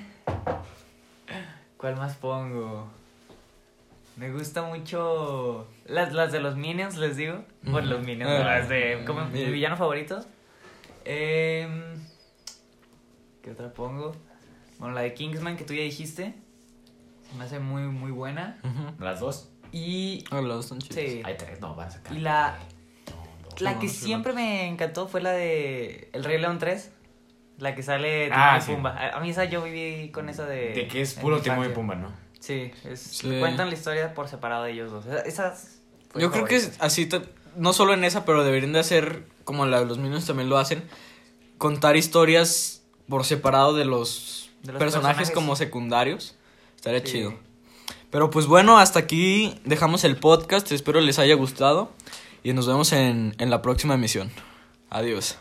Speaker 3: ¿Cuál más pongo? Me gusta mucho las, las de los Minions, les digo. Bueno, los Minions,
Speaker 1: Ah.
Speaker 3: las de... ¿Cómo?
Speaker 1: Sí.
Speaker 3: Mi villano favorito. Em, ¿Qué otra pongo? Bueno, la de Kingsman que tú ya dijiste. Se me hace muy, muy buena.
Speaker 1: Ujú.
Speaker 2: Las dos.
Speaker 3: Y
Speaker 1: Ah, las dos son chidas.
Speaker 3: Sí.
Speaker 2: Hay tres, no, van a sacar.
Speaker 3: Y la-
Speaker 2: No, dos.
Speaker 3: la
Speaker 1: no,
Speaker 3: que
Speaker 1: no sé
Speaker 3: siempre me encantó fue la de El Rey León 3. La que sale Timón
Speaker 2: Ah,
Speaker 3: y
Speaker 2: sí.
Speaker 3: Pumba. A a mí esa yo viví con esa de...
Speaker 2: De que es
Speaker 3: Eh, en
Speaker 2: puro
Speaker 3: mi
Speaker 2: Timón y
Speaker 3: infancia.
Speaker 2: Pumba, ¿no?
Speaker 3: Sí, es,
Speaker 1: Sí.
Speaker 3: cuentan la historia por separado de ellos dos. Esa- Esas... fue
Speaker 1: Yo creo que
Speaker 3: favorita.
Speaker 1: es así, ta- no solo en esa, pero deberían de hacer, como la de los Minions también lo hacen, contar historias por separado de los...
Speaker 3: de los
Speaker 1: personajes, como secundarios. Estaría
Speaker 3: Sí.
Speaker 1: chido. Pero pues bueno, hasta aquí dejamos el podcast. Espero les haya gustado. Y nos vemos en, en la próxima emisión. Adiós.